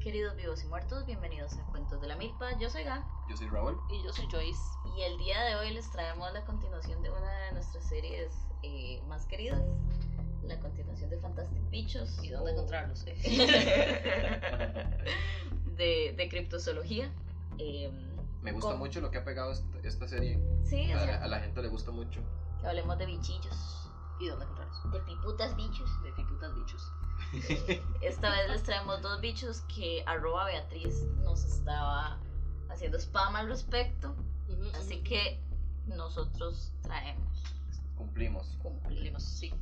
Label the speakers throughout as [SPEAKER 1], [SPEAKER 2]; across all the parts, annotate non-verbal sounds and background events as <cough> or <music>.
[SPEAKER 1] Queridos vivos y muertos, bienvenidos a Cuentos de la Milpa. Yo soy Gan
[SPEAKER 2] Yo soy
[SPEAKER 3] <laughs>
[SPEAKER 2] Raúl.
[SPEAKER 3] Y yo soy Joyce.
[SPEAKER 1] y el día de hoy les traemos la continuación de una de nuestras series eh, más queridas, la continuación de Fantastic Bichos
[SPEAKER 3] ¿Y
[SPEAKER 2] Oh.
[SPEAKER 1] <laughs>
[SPEAKER 2] <laughs>
[SPEAKER 3] dónde encontrarlos? <laughs>
[SPEAKER 1] de, de criptozoología. Em,
[SPEAKER 2] Me gusta
[SPEAKER 1] Con-
[SPEAKER 2] mucho lo que ha pegado est- esta serie.
[SPEAKER 1] sí, o
[SPEAKER 2] A la,
[SPEAKER 1] sea,
[SPEAKER 2] a la gente le gusta mucho.
[SPEAKER 1] que hablemos de bichillos,
[SPEAKER 3] ¿Y dónde encontrarlos?
[SPEAKER 1] de piputas bichos.
[SPEAKER 3] De piputas bichos.
[SPEAKER 1] Esta vez les traemos dos bichos que arroba Beatriz nos estaba haciendo spam al respecto. Así que nosotros traemos,
[SPEAKER 2] Cumplimos
[SPEAKER 1] cumplimos.
[SPEAKER 3] Cumplimos, sí.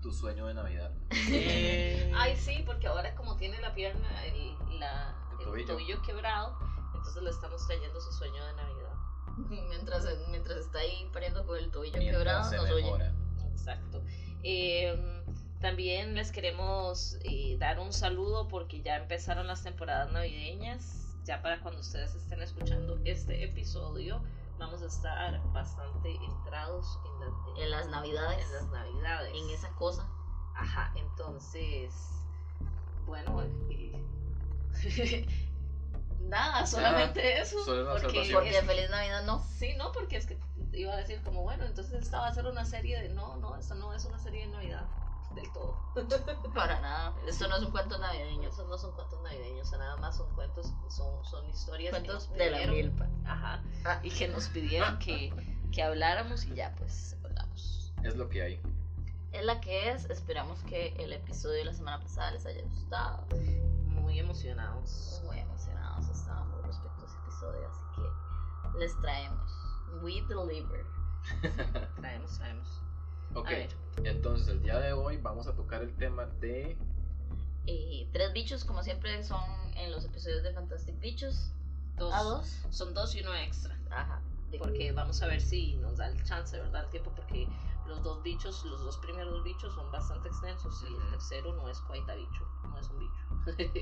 [SPEAKER 2] tu sueño de Navidad.
[SPEAKER 3] Ay, <laughs> sí, porque ahora como tiene la pierna, el, la,
[SPEAKER 2] El
[SPEAKER 3] el
[SPEAKER 2] tobillo.
[SPEAKER 3] tobillo. quebrado, entonces le estamos trayendo su sueño de Navidad.
[SPEAKER 1] <laughs> Mientras, mientras está ahí pariendo con el tobillo
[SPEAKER 2] Mientras
[SPEAKER 1] quebrado,
[SPEAKER 2] se
[SPEAKER 1] nos oye.
[SPEAKER 2] mejora.
[SPEAKER 3] Exacto. Eh, también les queremos eh, dar un saludo porque ya empezaron las temporadas navideñas. Ya para cuando ustedes estén escuchando este episodio, vamos a estar bastante entrados en, las-
[SPEAKER 1] En las navidades,
[SPEAKER 3] en las navidades.
[SPEAKER 1] en esa cosa.
[SPEAKER 3] Ajá, entonces, bueno, eh, <laughs> nada, solamente eso.
[SPEAKER 2] solo una
[SPEAKER 3] porque
[SPEAKER 2] observación.
[SPEAKER 1] Porque
[SPEAKER 3] es-
[SPEAKER 1] feliz Navidad no. <laughs>
[SPEAKER 3] sí, no, porque es que iba a decir como, bueno, entonces esta va a ser una serie de, no, no, esta no es una serie de Navidad del todo.
[SPEAKER 1] Para nada. Esto no es un cuento navideño.
[SPEAKER 3] Esos no son cuentos navideños, o sea, nada más son cuentos, son, son historias que
[SPEAKER 1] Cuentos
[SPEAKER 3] nos
[SPEAKER 1] de la
[SPEAKER 3] pidieron,
[SPEAKER 1] milpa.
[SPEAKER 3] ajá,
[SPEAKER 1] Ah. <laughs>
[SPEAKER 3] y que nos pidieron que, que habláramos y ya, pues, hablamos.
[SPEAKER 2] Es lo que hay.
[SPEAKER 1] Es la que es. Esperamos que el episodio de la semana pasada les haya gustado.
[SPEAKER 3] Muy emocionados.
[SPEAKER 1] Muy emocionados estábamos respecto a ese episodio, así que les traemos. We deliver.
[SPEAKER 3] Traemos, traemos.
[SPEAKER 2] Ok,
[SPEAKER 3] A ver,
[SPEAKER 2] entonces el día de hoy vamos a tocar el tema de.
[SPEAKER 1] Eh, tres bichos, como siempre, son en los episodios de Fantastic Bichos.
[SPEAKER 3] dos,
[SPEAKER 1] A dos.
[SPEAKER 3] Son dos y uno extra.
[SPEAKER 1] Ajá. de-
[SPEAKER 3] Porque vamos a ver si nos da el chance, ¿verdad? El tiempo, porque los dos bichos, los dos primeros bichos son bastante extensos y el
[SPEAKER 2] Ujú.
[SPEAKER 3] tercero no es cuaita bicho, no es un bicho. <laughs>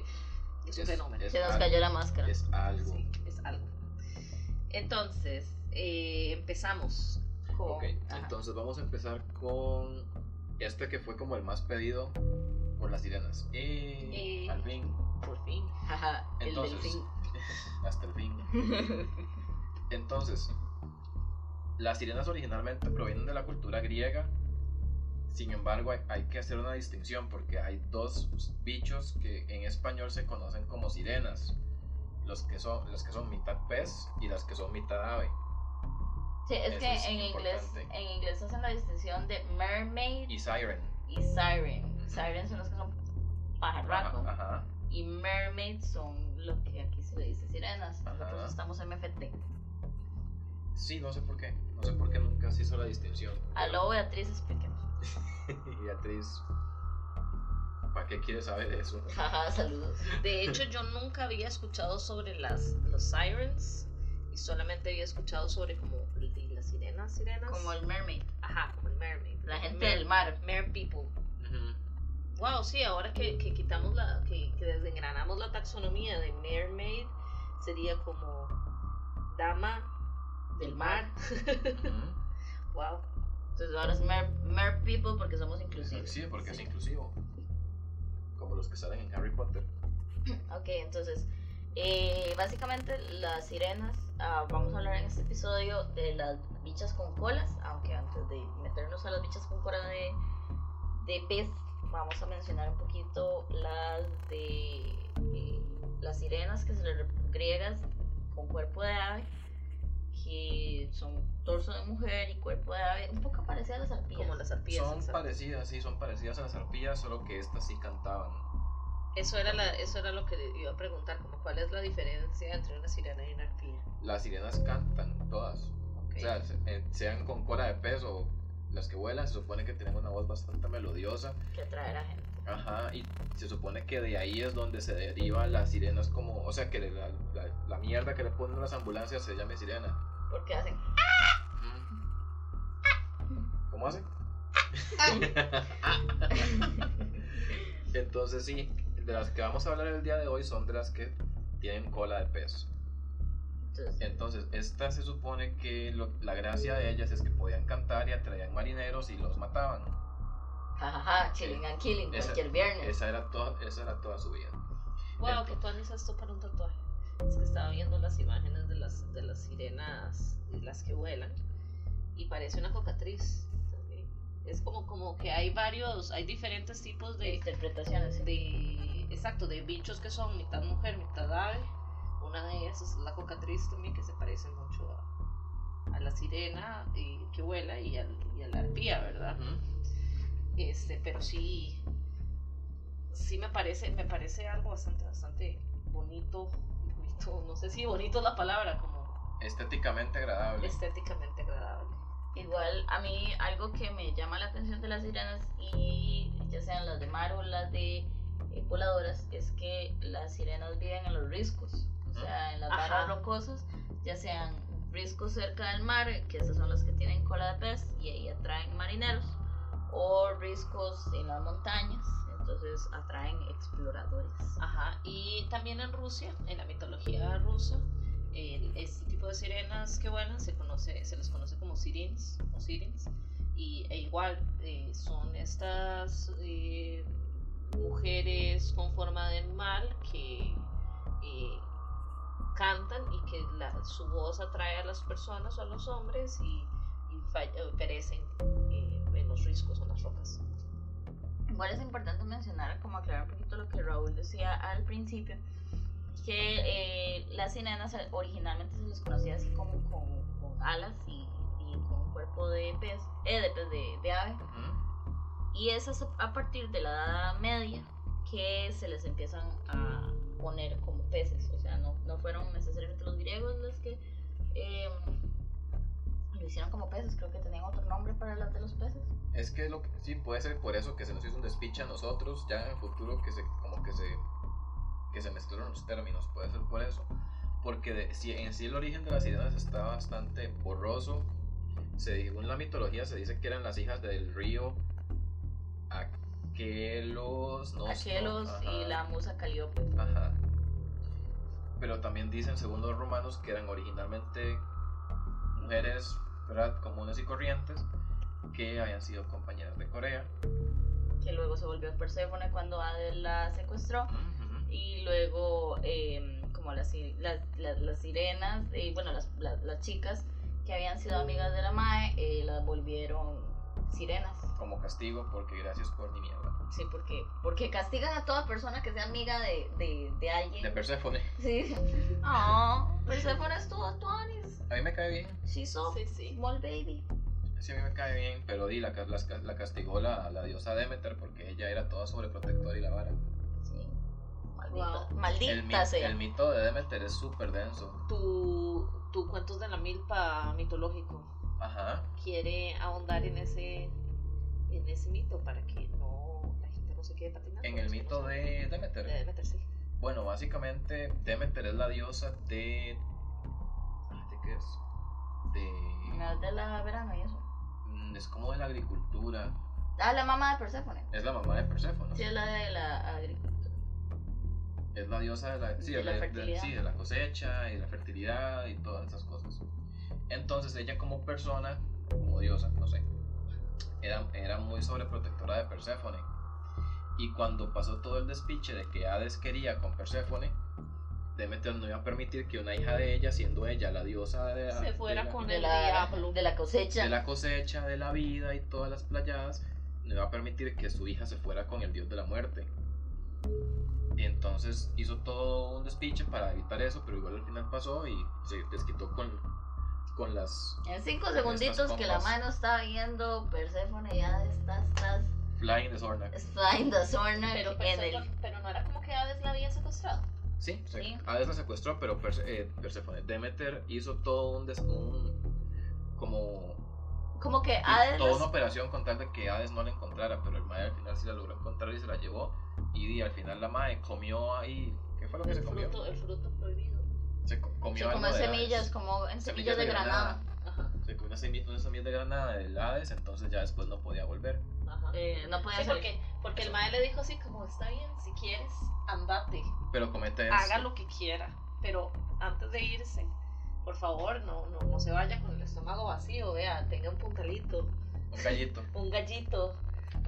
[SPEAKER 3] es un
[SPEAKER 2] Es-
[SPEAKER 3] fenómeno.
[SPEAKER 2] es-
[SPEAKER 1] Se nos cayó la máscara. <laughs>
[SPEAKER 2] Es algo.
[SPEAKER 3] Sí, es algo. Entonces, eh, empezamos con.
[SPEAKER 2] Ok,
[SPEAKER 1] ajá.
[SPEAKER 2] entonces vamos a empezar con este que fue como el más pedido por las sirenas. Eh,
[SPEAKER 3] Eh.
[SPEAKER 2] Al fin,
[SPEAKER 3] Por fin.
[SPEAKER 1] Ajá, el del
[SPEAKER 2] Entonces. hasta el fin.
[SPEAKER 1] fin.
[SPEAKER 2] Entonces, las sirenas originalmente provienen de la cultura griega. Sin embargo, hay, hay que hacer una distinción porque hay dos bichos que en español se conocen como sirenas. Los que son, los que son mitad pez y las que son mitad ave.
[SPEAKER 1] Sí, es
[SPEAKER 2] Eso
[SPEAKER 1] que
[SPEAKER 2] es
[SPEAKER 1] en inglés,
[SPEAKER 2] importante.
[SPEAKER 1] en inglés hacen la distinción de mermaid
[SPEAKER 2] Y siren.
[SPEAKER 1] y siren.
[SPEAKER 2] Ujú.
[SPEAKER 1] Siren son los que son pajarraco
[SPEAKER 2] Ajá, ajá.
[SPEAKER 1] y mermaid son lo que aquí se le dice sirenas.
[SPEAKER 2] Ajá.
[SPEAKER 1] Nosotros estamos MFT.
[SPEAKER 2] Sí, no sé por qué. No sé por qué nunca se hizo la distinción.
[SPEAKER 1] Aló Beatriz, explíquenos.
[SPEAKER 2] <laughs> Y Beatriz, ¿para qué quieres saber eso?
[SPEAKER 1] Jaja, saludos.
[SPEAKER 3] De hecho, yo nunca había escuchado sobre las, los sirens y solamente había escuchado sobre como de las sirenas, sirenas.
[SPEAKER 1] Como el mermaid,
[SPEAKER 3] Ajá, como el mermaid.
[SPEAKER 1] la
[SPEAKER 3] como
[SPEAKER 1] gente
[SPEAKER 3] mer-
[SPEAKER 1] del mar.
[SPEAKER 3] Mer people. Wow, sí, ahora que, que quitamos la, que, que desengranamos la taxonomía de mermaid, sería como dama
[SPEAKER 1] Del mar.
[SPEAKER 2] Ujú.
[SPEAKER 3] Wow.
[SPEAKER 1] Entonces ahora es mer, mer people porque somos inclusivos.
[SPEAKER 2] Sí, porque es
[SPEAKER 1] Sí.
[SPEAKER 2] inclusivo. Como los que salen en Harry Potter.
[SPEAKER 1] Ok, entonces, eh, básicamente las sirenas, ah, vamos a hablar en este episodio de las bichas con colas, aunque antes de meternos a las bichas con cola de, de pez, vamos a mencionar un poquito las de eh, las sirenas que se le rep- griegas con cuerpo de ave, que son torso de mujer y cuerpo de ave, un poco parecida a las arpías.
[SPEAKER 3] Como las arpías.
[SPEAKER 2] son
[SPEAKER 3] exacto.
[SPEAKER 2] parecidas, sí, son parecidas a las arpías, solo que estas sí cantaban.
[SPEAKER 3] Eso era, la, eso era lo que le iba a preguntar, como cuál es la diferencia entre una sirena y una arpía.
[SPEAKER 2] Las sirenas cantan, todas.
[SPEAKER 3] Ok.
[SPEAKER 2] O sea, se- eh, sean con cola de pez o las que vuelan, se supone que tienen una voz bastante melodiosa.
[SPEAKER 1] que
[SPEAKER 3] Ah,
[SPEAKER 1] atrae a la gente.
[SPEAKER 2] Ajá, y se supone que de ahí es donde se derivan las sirenas como... O sea, que la, la- la mierda que le ponen a las ambulancias se llame sirena.
[SPEAKER 1] Porque
[SPEAKER 3] <laughs>
[SPEAKER 1] hacen. <laughs>
[SPEAKER 2] ¿Cómo hace? Entonces sí, de las que vamos a hablar el día de hoy son de las que tienen cola de pez.
[SPEAKER 1] Entonces,
[SPEAKER 2] Entonces, esta se supone que lo- la gracia de ellas es que podían cantar y atraían marineros y los mataban.
[SPEAKER 1] jajaja, chilling and killing,
[SPEAKER 2] Esa-
[SPEAKER 1] cualquier viernes.
[SPEAKER 2] Esa era toda, esa era toda su vida.
[SPEAKER 3] Wow, que tú analizas esto para un tatuaje. Es que estaba viendo las imágenes de las, de las sirenas, y las que vuelan, y parece una cocatriz. también. Es como, como que hay varios, hay diferentes tipos
[SPEAKER 1] de
[SPEAKER 3] de,
[SPEAKER 1] interpretaciones. sí.
[SPEAKER 3] de, exacto, de bichos que son mitad mujer, mitad ave. Una de ellas es la cocatriz también, que se parece mucho a, a la sirena y, que vuela y, al, y a la arpía, ¿verdad? Este, pero sí, sí me parece, me parece algo bastante, bastante bonito, bonito, no sé si bonito es la palabra, como
[SPEAKER 2] Estéticamente agradable.
[SPEAKER 3] estéticamente agradable.
[SPEAKER 1] Igual a mí algo que me llama la atención de las sirenas y ya sean las de mar o las de eh, voladoras es que las sirenas viven en los riscos, o sea, en las
[SPEAKER 3] Ajá.
[SPEAKER 1] barras rocosas, ya sean riscos cerca del mar, que esas son las que tienen cola de pez y ahí atraen marineros, o riscos en las montañas, entonces atraen exploradores.
[SPEAKER 3] Ajá, y también en Rusia, en la mitología rusa, el- este tipo de sirenas que vuelan se, conoce, se les conoce como sirins o sirins, y, e igual eh, son estas eh, mujeres con forma de animal que eh, cantan y que la- su voz atrae a las personas o a los hombres y, y fa- eh, perecen eh, en los riscos o en las rocas.
[SPEAKER 1] Igual es importante mencionar, como aclarar un poquito lo que Raúl decía al principio, que eh, las sirenas originalmente se les conocía así como con, con alas y, y con cuerpo de pez, eh, de pez, de, de ave.
[SPEAKER 2] Ujú.
[SPEAKER 1] Y es a- a partir de la Edad Media que se les empiezan a poner como peces. O sea, no, no fueron necesariamente los griegos los que eh, lo hicieron como peces. Creo que tenían otro nombre para las de los peces.
[SPEAKER 2] Es que lo que, sí puede ser por eso que se nos hizo un despiche a nosotros, ya en el futuro que se como que se que se mezclaron los términos, puede ser por eso. Porque de- si en sí el origen de las sirenas está bastante borroso. Se, según la mitología se dice que eran las hijas del río Aquelos, no sé,
[SPEAKER 1] Aquelos y
[SPEAKER 2] ajá.
[SPEAKER 1] la musa Calíope.
[SPEAKER 2] Ajá. Pero también dicen, según los romanos, que eran originalmente mujeres ¿verdad? comunes y corrientes que habían sido compañeras de Corea.
[SPEAKER 1] que luego se volvió Perséfone cuando Hades la secuestró y luego eh, como las, si- las, las- las sirenas, eh, bueno, las, las, las chicas que habían sido amigas de la Mae, eh, las volvieron sirenas.
[SPEAKER 2] Como castigo, porque gracias por ni mierda.
[SPEAKER 1] Sí, porque, porque castigan a toda persona que sea amiga de, de, de alguien.
[SPEAKER 2] De Persephone. <laughs>
[SPEAKER 1] sí. Oh, Perséfone es tu Tuanis.
[SPEAKER 2] A mí me cae bien.
[SPEAKER 1] She's so
[SPEAKER 3] sí.
[SPEAKER 1] small baby.
[SPEAKER 2] Sí, a mí me cae bien, pero di, la, ca- las ca- la castigó la, la diosa Demeter porque ella era toda sobreprotectora y la vara.
[SPEAKER 1] Sí. Maldita,
[SPEAKER 3] Wow.
[SPEAKER 2] El, mi-
[SPEAKER 1] maldita sea.
[SPEAKER 2] el mito de Demeter es súper denso.
[SPEAKER 3] Tu, tu cuentos de la milpa mitológico.
[SPEAKER 2] Ajá.
[SPEAKER 3] quiere ahondar en ese en ese mito para que no la gente no se quede patinando
[SPEAKER 2] En el mito de Demeter.
[SPEAKER 3] de Demeter, sí.
[SPEAKER 2] Bueno, básicamente Demeter es la diosa de... ah, ¿De qué es? De...
[SPEAKER 1] Final de la verano y eso.
[SPEAKER 2] mm, Es como de la agricultura.
[SPEAKER 1] Ah, la mamá de Perséfone.
[SPEAKER 2] Es la mamá de Perséfone.
[SPEAKER 1] Sí, es la de la agricultura.
[SPEAKER 2] Es la diosa de la, sí,
[SPEAKER 1] De
[SPEAKER 2] de
[SPEAKER 1] la
[SPEAKER 2] la- de-
[SPEAKER 1] fertilidad.
[SPEAKER 2] sí, de la cosecha y de la fertilidad y todas esas cosas. Entonces ella como persona, como diosa, no sé, era, era muy sobreprotectora de Perséfone. Y cuando pasó todo el despiche de que Hades quería con Perséfone, Demeter no iba a permitir que una hija de ella, siendo ella la diosa de la,
[SPEAKER 3] Se fuera
[SPEAKER 2] de la-
[SPEAKER 3] con
[SPEAKER 1] de
[SPEAKER 3] el
[SPEAKER 1] la,
[SPEAKER 3] diablo.
[SPEAKER 1] de la cosecha.
[SPEAKER 2] de la cosecha, de la vida y todas las playadas, no iba a permitir que su hija se fuera con el dios de la muerte. Entonces hizo todo un despiche para evitar eso, pero igual al final pasó y se desquitó con, con las
[SPEAKER 1] En cinco
[SPEAKER 2] de
[SPEAKER 1] segunditos
[SPEAKER 2] estas
[SPEAKER 1] que la
[SPEAKER 2] pompas.
[SPEAKER 1] mano está viendo Perséfone ya estás, estás,
[SPEAKER 2] Flying Disorder.
[SPEAKER 1] está in the zona
[SPEAKER 3] Pero,
[SPEAKER 1] en
[SPEAKER 3] pensé
[SPEAKER 1] el
[SPEAKER 3] yo- pero no era como que Hades la había secuestrado.
[SPEAKER 2] Sí, se-
[SPEAKER 1] Sí.
[SPEAKER 2] Hades la secuestró, pero Perse- eh, Perséfone. Demeter hizo todo un, des- un- como
[SPEAKER 1] como que
[SPEAKER 2] y
[SPEAKER 1] Hades
[SPEAKER 2] toda una operación con tal de que Hades no la encontrara, pero el mae al final sí la logró encontrar y se la llevó. Y, di, al final la mae comió ahí. ¿Qué fue lo que
[SPEAKER 3] El
[SPEAKER 2] se comió?
[SPEAKER 3] fruto, el fruto prohibido.
[SPEAKER 2] Se co- comió
[SPEAKER 1] se
[SPEAKER 2] algo
[SPEAKER 1] come
[SPEAKER 2] de
[SPEAKER 1] semillas,
[SPEAKER 2] Hades.
[SPEAKER 1] como en semillas de granada.
[SPEAKER 3] Ajá,
[SPEAKER 2] Se comió una semilla, una semilla de granada del Hades, entonces ya después no podía volver.
[SPEAKER 3] ajá.
[SPEAKER 1] Eh, no podía
[SPEAKER 3] Sí,
[SPEAKER 1] salir.
[SPEAKER 3] porque, porque el maestro le dijo así como está bien, si quieres, andate,
[SPEAKER 2] Pero comete eso.
[SPEAKER 3] haga lo que quiera, pero antes de irse, por favor, no, no, no se vaya con el estómago vacío, vea, tenga un puntalito.
[SPEAKER 2] Un gallito.
[SPEAKER 3] un gallito,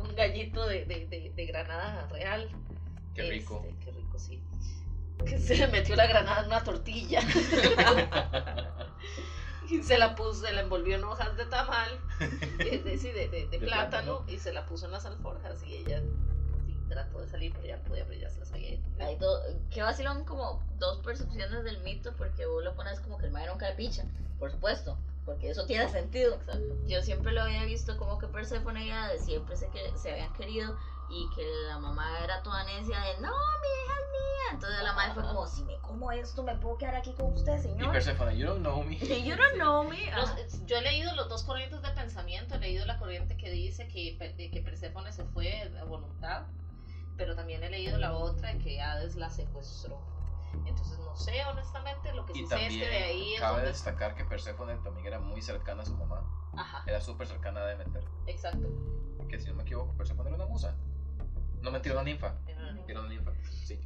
[SPEAKER 3] un gallito de, de, de, de granada real.
[SPEAKER 2] Qué rico.
[SPEAKER 3] Este, qué rico, sí. que se le metió la granada en una tortilla. <laughs>
[SPEAKER 2] <laughs>
[SPEAKER 3] y se la puso, se la envolvió en hojas
[SPEAKER 2] <laughs>
[SPEAKER 3] de tamal, eh, de, sí, de, de- de
[SPEAKER 2] De
[SPEAKER 3] plátano,
[SPEAKER 2] plátano.
[SPEAKER 3] y se la puso en las alforjas y ella sí, trató de salir, pero ya no podía, pero ya se las había ido.
[SPEAKER 1] Hay do- que vacilón como dos percepciones del mito, porque vos lo pones como que el mae nunca le picha, por supuesto, porque eso tiene sentido. Yo siempre lo había visto como que Persephone era de siempre se, que, se habían querido y que la mamá era toda necia de no, mi hija es mía. Entonces la madre fue como: si me como esto, me puedo quedar aquí con usted,
[SPEAKER 2] Y
[SPEAKER 1] señor.
[SPEAKER 2] Persephone, you don't know me.
[SPEAKER 1] You don't know me.
[SPEAKER 3] Los-
[SPEAKER 1] Ajá.
[SPEAKER 3] yo he leído los dos corrientes de pensamiento, he leído la corriente que dice que, Pe- que Perséfone se fue a voluntad, pero también he leído la otra que Hades la secuestró. Entonces no sé, honestamente, lo que sí
[SPEAKER 2] Y
[SPEAKER 3] sé es que
[SPEAKER 2] también
[SPEAKER 3] de ahí es
[SPEAKER 2] cabe
[SPEAKER 3] donde...
[SPEAKER 2] destacar que Persephone también era muy cercana a su mamá.
[SPEAKER 3] Ajá,
[SPEAKER 2] Era súper cercana a Demeter.
[SPEAKER 3] exacto.
[SPEAKER 2] Que si no me equivoco, Persephone era una musa. No mentira, una ninfa. Era una ninfa, sí.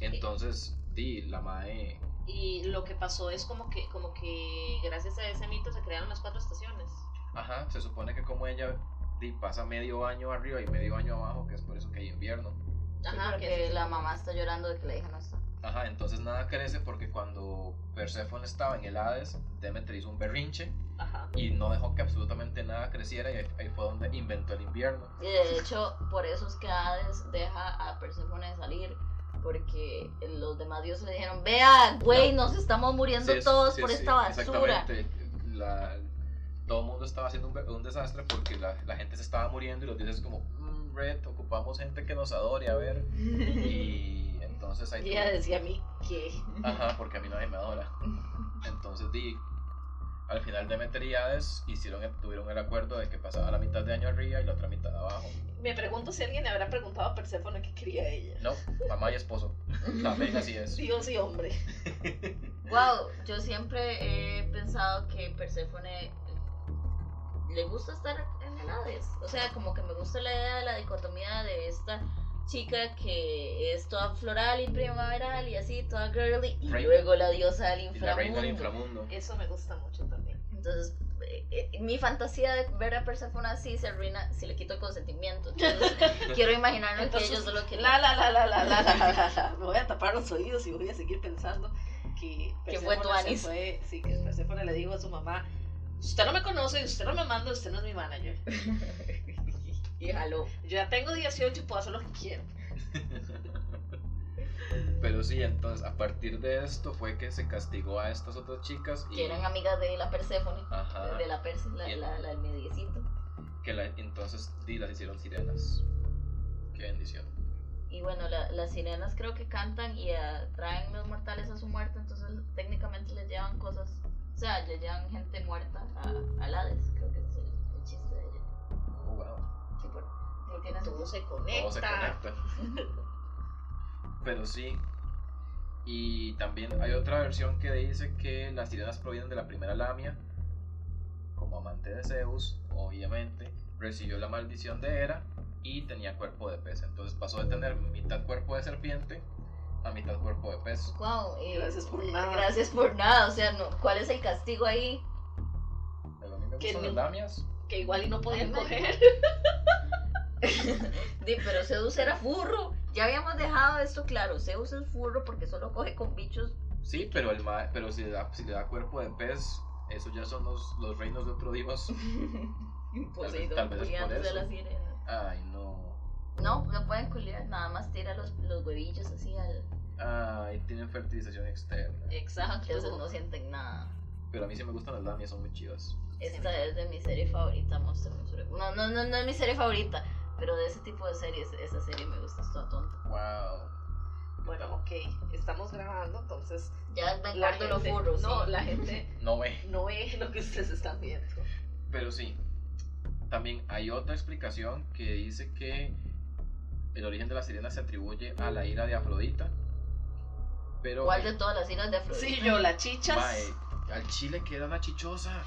[SPEAKER 2] Entonces, di, la mae.
[SPEAKER 3] Y lo que pasó es como que, como que gracias a ese mito se crearon las cuatro estaciones.
[SPEAKER 2] Ajá, se supone que como ella di, pasa medio año arriba y medio año abajo, que es por eso que hay invierno.
[SPEAKER 1] Ajá,
[SPEAKER 3] Ajá, que
[SPEAKER 1] porque
[SPEAKER 3] es-
[SPEAKER 1] la mamá está llorando de que la hija no está.
[SPEAKER 2] Ajá, entonces nada crece porque cuando Persephone estaba en el Hades, Demeter hizo un berrinche
[SPEAKER 3] Ajá.
[SPEAKER 2] y no dejó que absolutamente nada creciera y ahí, ahí fue donde inventó el invierno.
[SPEAKER 1] Y de hecho, por eso es que Hades deja a Persephone salir. Porque los demás dioses dijeron: Vea, güey, nos estamos muriendo
[SPEAKER 2] Sí, es-
[SPEAKER 1] todos
[SPEAKER 2] sí,
[SPEAKER 1] por
[SPEAKER 2] sí,
[SPEAKER 1] esta basura.
[SPEAKER 2] Exactamente. La- todo el mundo estaba haciendo un, be- un desastre porque la, la gente se estaba muriendo y los dioses como, "Mm, Red, ocupamos gente que nos adore,
[SPEAKER 1] <laughs>
[SPEAKER 2] a ver. Y entonces ahí...
[SPEAKER 3] Y ella decía a mí que...
[SPEAKER 2] Ajá, porque a mí nadie me adora. <laughs> Entonces di, al final Demeter y Hades hicieron, el- tuvieron el acuerdo de que pasaba la mitad de año arriba y la otra mitad abajo.
[SPEAKER 3] Me pregunto si alguien le habrá preguntado a Perséfone qué quería ella.
[SPEAKER 2] No, mamá y esposo. <laughs> También así es.
[SPEAKER 3] Dios y hombre.
[SPEAKER 1] Wow, yo siempre he pensado que Persephone le gusta estar en el Hades. O sea, como que me gusta la idea de la dicotomía de esta chica que es toda floral y primaveral y así, toda girly, y
[SPEAKER 2] Reina.
[SPEAKER 1] luego la diosa del
[SPEAKER 2] Y la reina del
[SPEAKER 1] inframundo.
[SPEAKER 2] inframundo.
[SPEAKER 3] Eso me gusta mucho también.
[SPEAKER 1] Entonces, eh, eh, mi fantasía de ver a Persephone así se arruina si le quito el consentimiento.
[SPEAKER 3] <laughs>
[SPEAKER 1] Entonces, quiero imaginarme que
[SPEAKER 3] Entonces,
[SPEAKER 1] ellos solo quieren
[SPEAKER 3] La, la, la, la, la, la, la, la, la. Me voy a tapar los oídos y voy a seguir pensando que
[SPEAKER 1] Que fue
[SPEAKER 3] Perséfone
[SPEAKER 1] Tuanis.
[SPEAKER 3] se fue- Sí, que Perséfone le dijo a su mamá, usted no me conoce, usted no me manda, usted no es mi manager.
[SPEAKER 1] y jaló.
[SPEAKER 3] Yo ya tengo 18 y puedo hacer lo que quiero.
[SPEAKER 2] Pero sí, entonces a partir de esto fue que se castigó a estas otras chicas y
[SPEAKER 1] Que eran amigas de la Persephone,
[SPEAKER 2] Ajá.
[SPEAKER 1] de la Perse, la, la, la del mediecito.
[SPEAKER 2] que la- entonces di, las hicieron sirenas. Qué bendición.
[SPEAKER 1] Y bueno, la- las sirenas creo que cantan y atraen los mortales a su muerte, entonces técnicamente les llevan cosas, o sea, les llevan gente muerta a, al Hades, creo que es el, el chiste de ellos.
[SPEAKER 2] Oh, wow.
[SPEAKER 1] Sí, por- no tiene sentido.
[SPEAKER 3] Todo se
[SPEAKER 2] Todo se
[SPEAKER 3] conecta.
[SPEAKER 2] conecta. Pero sí. Y también hay otra versión que dice que las sirenas provienen de la primera Lamia. Como amante de Zeus, obviamente, recibió la maldición de Hera y tenía cuerpo de pez. Entonces pasó de tener mitad cuerpo de serpiente a mitad cuerpo de pez.
[SPEAKER 1] Guau, eh,
[SPEAKER 3] Gracias
[SPEAKER 1] <laughs>
[SPEAKER 3] por nada.
[SPEAKER 1] Gracias por nada, o sea, no, ¿cuál es el castigo ahí?
[SPEAKER 2] Pero a mí me
[SPEAKER 3] Que
[SPEAKER 2] gustan
[SPEAKER 3] no-
[SPEAKER 2] las lamias.
[SPEAKER 3] Que igual y no podían coger.
[SPEAKER 1] <laughs> Di, pero Zeus era furro. Ya habíamos dejado esto claro. Zeus es furro porque solo coge con
[SPEAKER 2] <laughs>
[SPEAKER 1] bichos.
[SPEAKER 2] Sí, pero, el ma- pero si, le da, si le da cuerpo de pez, eso ya son los, los reinos de otro dios.
[SPEAKER 1] <laughs> Poseidón
[SPEAKER 2] tal vez es por
[SPEAKER 1] culiándose a
[SPEAKER 2] eso.
[SPEAKER 1] la sirena.
[SPEAKER 2] Ay, no.
[SPEAKER 1] No, no pueden culiar. Nada más tira los, los huevillos así al.
[SPEAKER 2] Ay, Ah, tienen fertilización externa.
[SPEAKER 3] Exacto.
[SPEAKER 1] Entonces no sienten nada.
[SPEAKER 2] Pero a mí sí me gustan las lamias, son muy chivas.
[SPEAKER 1] Esta es de mi serie favorita, Monster Hunter. No, no, no, no es mi serie favorita. Pero de ese tipo de series, esa serie me gusta, es toda tonta.
[SPEAKER 2] Wow.
[SPEAKER 3] Bueno, ok, estamos grabando, entonces...
[SPEAKER 1] Ya vengando los furros.
[SPEAKER 3] no,
[SPEAKER 1] sí.
[SPEAKER 3] la gente
[SPEAKER 2] No ve.
[SPEAKER 3] no ve lo que ustedes están viendo.
[SPEAKER 2] Pero sí. También hay otra explicación que dice que el origen de las sirenas se atribuye a la ira de Afrodita. Pero.
[SPEAKER 1] ¿Cuál de todas las iras de Afrodita?
[SPEAKER 3] Sí, yo, las chichas.
[SPEAKER 2] Mae, al chile que era una chichosa.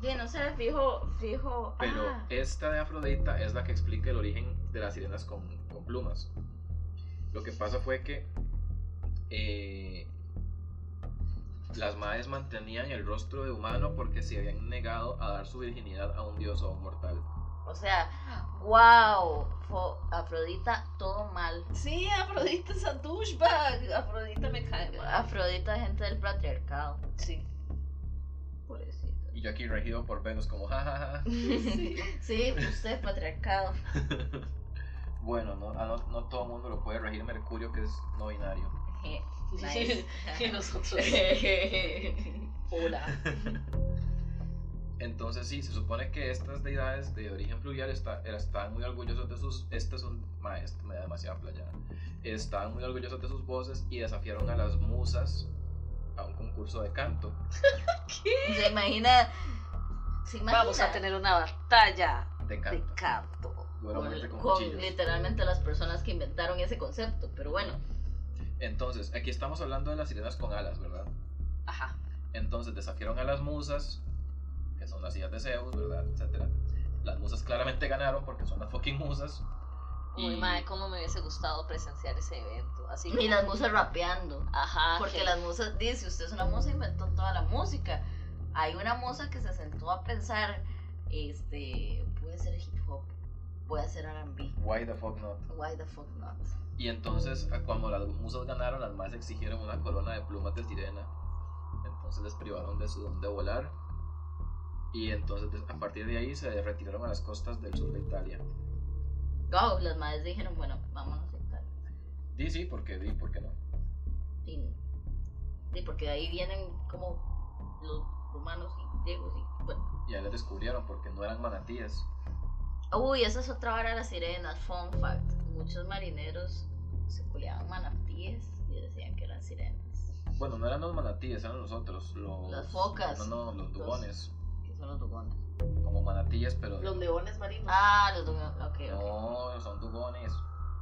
[SPEAKER 1] Bien, o sea, fijo, fijo.
[SPEAKER 2] Pero
[SPEAKER 1] ah.
[SPEAKER 2] esta de Afrodita es la que explica el origen de las sirenas con, con plumas. Lo que pasa fue que eh, las madres mantenían el rostro de humano porque se habían negado a dar su virginidad a un dios o a un mortal.
[SPEAKER 1] O sea, wow, fo- Afrodita todo mal.
[SPEAKER 3] Sí, Afrodita es a douchebag. Afrodita me cae mal.
[SPEAKER 1] Afrodita gente del patriarcado.
[SPEAKER 3] Sí.
[SPEAKER 1] Pobrecita.
[SPEAKER 2] Y yo aquí regido por Venus como jajaja.
[SPEAKER 3] <laughs> Sí.
[SPEAKER 1] <laughs> Sí, usted
[SPEAKER 3] <laughs>
[SPEAKER 1] patriarcado.
[SPEAKER 2] bueno, no, a no, no todo el mundo lo puede regir Mercurio que es no binario.
[SPEAKER 1] Je, nice.
[SPEAKER 3] y
[SPEAKER 1] <laughs>
[SPEAKER 3] nosotros. Hola.
[SPEAKER 2] Entonces sí, se supone que estas deidades de origen pluvial está- estaban muy orgullosos de sus... Este es un... ma, esto me da demasiada playada. Estaban muy orgullosos de sus voces y desafiaron a las musas a un concurso de canto.
[SPEAKER 1] Se imagina. Se imagina
[SPEAKER 3] Vamos a tener una batalla
[SPEAKER 2] De
[SPEAKER 3] de
[SPEAKER 2] canto.
[SPEAKER 3] canto.
[SPEAKER 2] Seguramente con
[SPEAKER 1] con
[SPEAKER 2] cuchillos.
[SPEAKER 1] literalmente las personas que inventaron ese concepto. Pero bueno,
[SPEAKER 2] Entonces, aquí estamos hablando de las sirenas con alas, ¿verdad?
[SPEAKER 3] Ajá.
[SPEAKER 2] Entonces desafiaron a las musas, que son las hijas de Zeus, ¿verdad? Etcétera. Las musas claramente ganaron porque son las fucking musas.
[SPEAKER 3] Uy,
[SPEAKER 2] Y-
[SPEAKER 3] mae, cómo me hubiese gustado presenciar ese evento. Así
[SPEAKER 1] y
[SPEAKER 3] como-
[SPEAKER 1] las musas rapeando.
[SPEAKER 3] Ajá.
[SPEAKER 1] Porque
[SPEAKER 3] que-
[SPEAKER 1] las musas, dice, usted es una musa, inventó toda la música. Hay una musa que se sentó a pensar, este, voy a hacer hip hop, voy a hacer R&B,
[SPEAKER 2] Why the fuck not?
[SPEAKER 1] why the fuck not.
[SPEAKER 2] Y entonces, a- cuando las musas ganaron, las más exigieron una corona de plumas de sirena. Entonces les privaron de su don de volar. Y entonces, des- a partir de ahí, se retiraron a las costas del sur de Italia.
[SPEAKER 1] Go, las madres dijeron, bueno, vámonos a Italia.
[SPEAKER 2] Di sí, porque di, ¿por qué no?
[SPEAKER 1] Y, y porque de ahí vienen como los romanos y griegos y bueno.
[SPEAKER 2] Y ahí les descubrieron porque no eran manatíes.
[SPEAKER 1] Uy, esa es otra vara de las sirenas, fun fact. Muchos marineros se culiaban manatíes y decían que eran sirenas,
[SPEAKER 2] Bueno, no eran los manatíes, eran los otros. Los,
[SPEAKER 1] Las focas.
[SPEAKER 2] No, no, los dugones.
[SPEAKER 1] que son los dugones.
[SPEAKER 2] Como manatíes, pero.
[SPEAKER 3] Los leones marinos.
[SPEAKER 1] Ah, los dugones, ok, ok.
[SPEAKER 2] No, son dugones.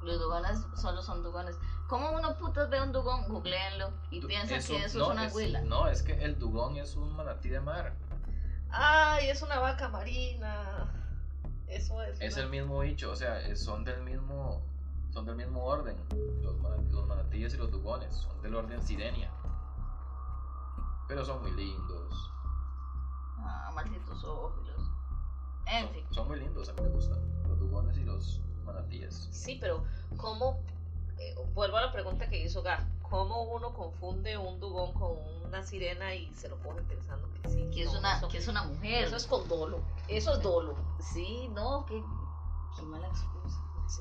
[SPEAKER 1] Los dugones solo son dugones. ¿Cómo uno putas ve un dugón? Googleenlo y
[SPEAKER 2] Du-
[SPEAKER 1] piensa
[SPEAKER 2] es un-
[SPEAKER 1] que eso
[SPEAKER 2] no,
[SPEAKER 1] es una huila.
[SPEAKER 2] No, es que el dugón es un manatí de mar.
[SPEAKER 3] Ay, es una vaca marina. Eso es.
[SPEAKER 2] Es
[SPEAKER 3] una-
[SPEAKER 2] el mismo bicho, o sea, es- son del mismo son del mismo orden. Los, ma- los manatíes y los dugones son del orden Sirenia. Pero son muy lindos.
[SPEAKER 1] Ah, malditos óvulos. En
[SPEAKER 2] Son,
[SPEAKER 1] fin,
[SPEAKER 2] son muy lindos, a mí me gustan. Los dugones y los manatíes.
[SPEAKER 3] Sí, pero ¿cómo? eh, vuelvo a la pregunta que hizo Gaf. ¿Cómo uno confunde un dugón con una sirena y se lo pone pensando que sí?
[SPEAKER 1] que es
[SPEAKER 3] no,
[SPEAKER 1] una,
[SPEAKER 3] Eso,
[SPEAKER 1] que es una mujer.
[SPEAKER 3] eso es con dolo. Eso es dolo.
[SPEAKER 1] Sí, no, qué, qué mala excusa.
[SPEAKER 3] Sí.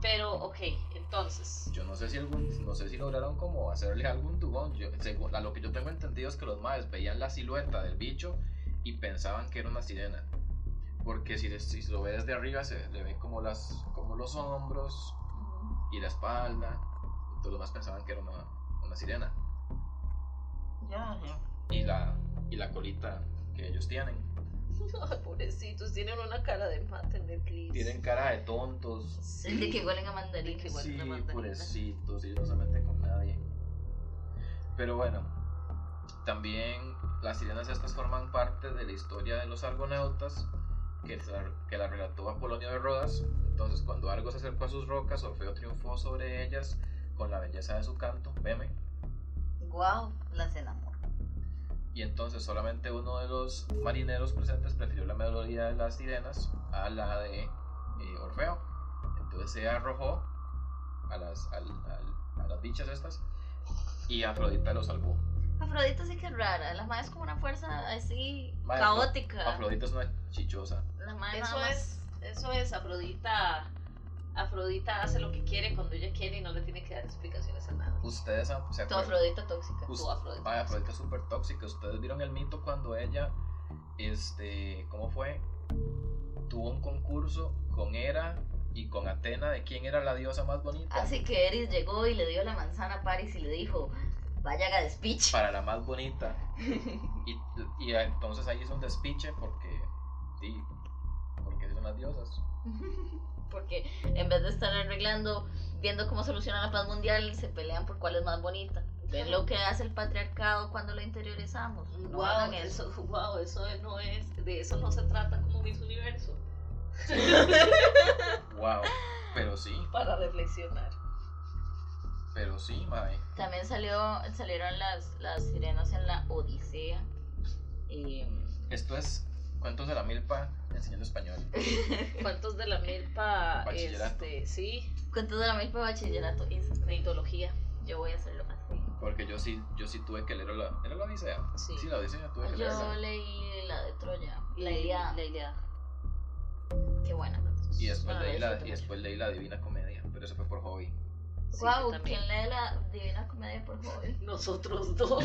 [SPEAKER 3] Pero, ok, entonces. <laughs>
[SPEAKER 2] Yo no sé si algún, no sé si lograron como hacerle algún dugón. Yo- según- a lo que yo tengo entendido es que los maes veían la silueta del bicho y pensaban que era una sirena. Porque si, si se lo ve desde arriba se le ven como las como los hombros, y la espalda. Entonces los más pensaban que era una, una sirena.
[SPEAKER 1] Ya, ya.
[SPEAKER 2] Y la, y la colita que ellos tienen.
[SPEAKER 3] Ay, pobrecitos, tienen una cara de mátenme, please.
[SPEAKER 2] Tienen cara de tontos.
[SPEAKER 1] Es de que
[SPEAKER 3] Sí.
[SPEAKER 1] huelen a mandarina.
[SPEAKER 3] De que- Igual
[SPEAKER 2] sí,
[SPEAKER 3] una mandarina.
[SPEAKER 2] pobrecitos. Ellos no se meten con nadie. Pero bueno, también las sirenas estas forman parte de la historia de los argonautas que, se la, que la relató Apolonio de Rodas. Entonces, cuando Argo se acercó a sus rocas, Orfeo triunfó sobre ellas con la belleza de su canto. Veme.
[SPEAKER 1] Guau, las enamoró.
[SPEAKER 2] y entonces solamente uno de los marineros presentes prefirió la melodía de las sirenas a la de eh, Orfeo. Entonces se arrojó a las, al- al- a las dichas estas y Afrodita lo salvó.
[SPEAKER 1] Afrodita sí que es rara. La madre es como una fuerza así
[SPEAKER 2] Mae, Afro-
[SPEAKER 1] caótica.
[SPEAKER 2] Afrodita es una chichosa.
[SPEAKER 1] La madre
[SPEAKER 3] Eso
[SPEAKER 1] nada más-
[SPEAKER 3] es, eso es, Afrodita. Afrodita hace lo que quiere cuando ella quiere y no le tiene que dar explicaciones a nada.
[SPEAKER 2] Ustedes han- se
[SPEAKER 1] Tu
[SPEAKER 2] acuerdan.
[SPEAKER 1] Afrodita tóxica.
[SPEAKER 2] Us-
[SPEAKER 3] Tu Afrodita.
[SPEAKER 2] Mae, Afrodita es súper tóxica. Ustedes vieron el mito cuando ella, este, ¿cómo fue? Tuvo un concurso con Hera y con Atena de quién era la diosa más bonita.
[SPEAKER 1] Así que Eris llegó y le dio la manzana a Paris y le dijo, vaya a speech.
[SPEAKER 2] para la más bonita. Y, y entonces ahí es un despiche porque. Sí, porque son las diosas.
[SPEAKER 1] <laughs> Porque en vez de estar arreglando, viendo cómo soluciona la paz mundial, se pelean por cuál es más bonita. Ven lo que hace el patriarcado cuando lo interiorizamos. No
[SPEAKER 3] Wow,
[SPEAKER 1] hagan eso.
[SPEAKER 3] eso, wow, eso no es, de eso no se trata como Miss Universo.
[SPEAKER 2] ¡Wow! Pero sí,
[SPEAKER 3] Para reflexionar.
[SPEAKER 2] pero sí, mae.
[SPEAKER 1] También salió, salieron las, las sirenas en la Odisea. Eh,
[SPEAKER 2] Esto es Cuentos de la milpa enseñando español.
[SPEAKER 3] Cuentos de la milpa,
[SPEAKER 2] Bachillerato.
[SPEAKER 3] este, sí,
[SPEAKER 1] Cuentos de la milpa bachillerato. eso.
[SPEAKER 3] de ideología.
[SPEAKER 1] Yo voy a hacerlo así.
[SPEAKER 2] Porque yo sí, yo sí tuve que leer la. ¿Era la Odisea?
[SPEAKER 3] Sí.
[SPEAKER 2] la Odisea tuve que
[SPEAKER 1] Yo
[SPEAKER 2] leerla.
[SPEAKER 1] leí la de Troya.
[SPEAKER 3] La
[SPEAKER 1] Ilíada.
[SPEAKER 3] Ilíada. La Ilíada.
[SPEAKER 1] Qué buena.
[SPEAKER 2] Y después,
[SPEAKER 1] Ah,
[SPEAKER 2] leí
[SPEAKER 1] eso
[SPEAKER 2] la,
[SPEAKER 1] te
[SPEAKER 2] y
[SPEAKER 1] mucho.
[SPEAKER 2] después leí la Divina Comedia. Pero eso fue por hobby.
[SPEAKER 3] Sí, yo
[SPEAKER 1] Guau,
[SPEAKER 3] también.
[SPEAKER 1] ¿quién lee la Divina Comedia por hobby?
[SPEAKER 3] Nosotros <laughs> dos.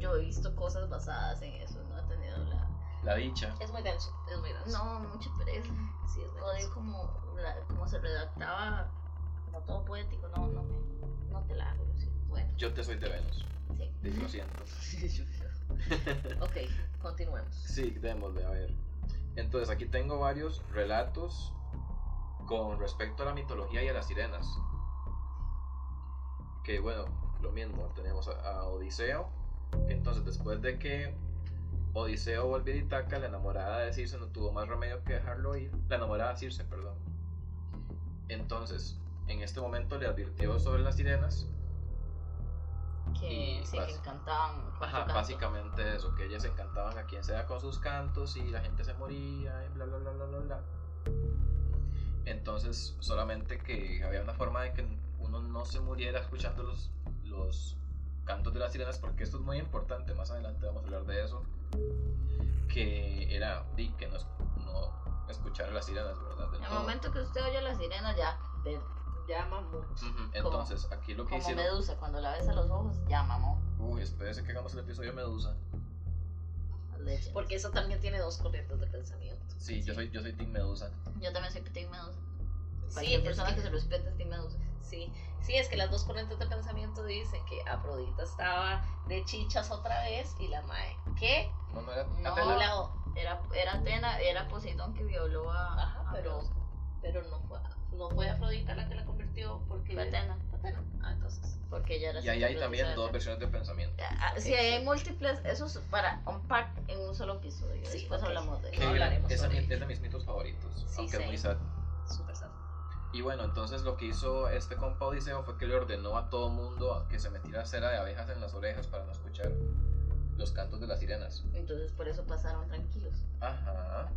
[SPEAKER 1] Yo he visto cosas basadas en eso, no he tenido la...
[SPEAKER 2] La dicha.
[SPEAKER 3] es muy denso, <laughs> es muy denso.
[SPEAKER 1] No, mucha pereza.
[SPEAKER 3] Sí, es muy
[SPEAKER 1] Odio
[SPEAKER 3] denso.
[SPEAKER 1] como, la- como se redactaba, como todo poético, no, no, me- no te la hago. yo sí. Bueno,
[SPEAKER 2] Yo te soy de Venus.
[SPEAKER 1] sí.
[SPEAKER 2] de- Lo siento.
[SPEAKER 3] <laughs> ok, continuemos.
[SPEAKER 2] Sí, démosle, a ver. Entonces, aquí tengo varios relatos con respecto a la mitología y a las sirenas. Que bueno, lo mismo, tenemos a, a Odiseo. que entonces, después de que Odiseo volviera a Itaca, la enamorada de Circe no tuvo más remedio que dejarlo ir. La enamorada de Circe, perdón. Entonces, en este momento le advirtió sobre las sirenas.
[SPEAKER 1] Que
[SPEAKER 2] Y
[SPEAKER 1] sí,
[SPEAKER 2] bas-
[SPEAKER 1] que encantaban. con
[SPEAKER 2] Ajá,
[SPEAKER 1] su canto.
[SPEAKER 2] básicamente eso, que ellas encantaban a quien sea con sus cantos y la gente se moría y bla bla bla bla bla bla. Entonces, solamente que había una forma de que uno no se muriera escuchando los, los cantos de las sirenas, porque esto es muy importante, más adelante vamos a hablar de eso, que era di, que no, es- no escuchar a las sirenas, ¿verdad? Del
[SPEAKER 1] En el
[SPEAKER 2] todo.
[SPEAKER 1] momento que usted oye la sirena, ya, te ya mamó.
[SPEAKER 2] Ujú, Entonces, aquí lo que
[SPEAKER 1] Como
[SPEAKER 2] hicieron...
[SPEAKER 1] Medusa, cuando la ves a los ojos, ya mamó.
[SPEAKER 2] Uy, espérese que hagamos el episodio de Medusa.
[SPEAKER 1] Leche.
[SPEAKER 3] Porque eso también tiene dos corrientes de pensamiento.
[SPEAKER 2] Sí, Yo, soy, yo soy Team Medusa.
[SPEAKER 1] Yo también soy Team Medusa.
[SPEAKER 3] Sí,
[SPEAKER 1] Cualquier
[SPEAKER 3] es
[SPEAKER 1] persona
[SPEAKER 3] que-
[SPEAKER 1] que se respete es Team Medusa.
[SPEAKER 3] Sí, sí, es que las dos corrientes de pensamiento dicen que Afrodita estaba de chichas otra vez y la mae. ¿Qué?
[SPEAKER 2] No, no era...
[SPEAKER 1] No,
[SPEAKER 2] Atena.
[SPEAKER 3] La o-
[SPEAKER 1] Era, era Atena, era Poseidón que violó a.
[SPEAKER 3] Ajá,
[SPEAKER 1] a
[SPEAKER 3] pero,
[SPEAKER 1] Medusa.
[SPEAKER 3] ah, pero no, fue, no fue Afrodita la que la convirtió porque...
[SPEAKER 1] Fue Atena,
[SPEAKER 3] Atena. Ah, entonces.
[SPEAKER 1] porque ella era.
[SPEAKER 2] Y ahí hay también
[SPEAKER 1] sacerdotisa
[SPEAKER 2] dos
[SPEAKER 1] de
[SPEAKER 2] versiones de pensamiento.
[SPEAKER 1] Atena. Ah, ah, Sí,
[SPEAKER 3] Ok,
[SPEAKER 1] ahí
[SPEAKER 3] sí.
[SPEAKER 1] hay múltiples, eso es para un pack en un solo episodio.
[SPEAKER 3] Sí,
[SPEAKER 1] Después
[SPEAKER 3] ok.
[SPEAKER 1] hablamos de
[SPEAKER 3] Ok.
[SPEAKER 1] eso.
[SPEAKER 3] No hablaremos
[SPEAKER 2] es,
[SPEAKER 3] sobre
[SPEAKER 2] mi-
[SPEAKER 3] ello.
[SPEAKER 2] es de mis mitos favoritos,
[SPEAKER 3] Sí,
[SPEAKER 2] aunque
[SPEAKER 3] sí.
[SPEAKER 2] es muy sad.
[SPEAKER 3] Súper sad.
[SPEAKER 2] Y bueno, entonces lo que hizo este compa Odiseo fue que le ordenó a todo mundo a que se metiera cera de abejas en las orejas para no escuchar los cantos de las sirenas.
[SPEAKER 1] Entonces por eso pasaron tranquilos.
[SPEAKER 2] Ajá.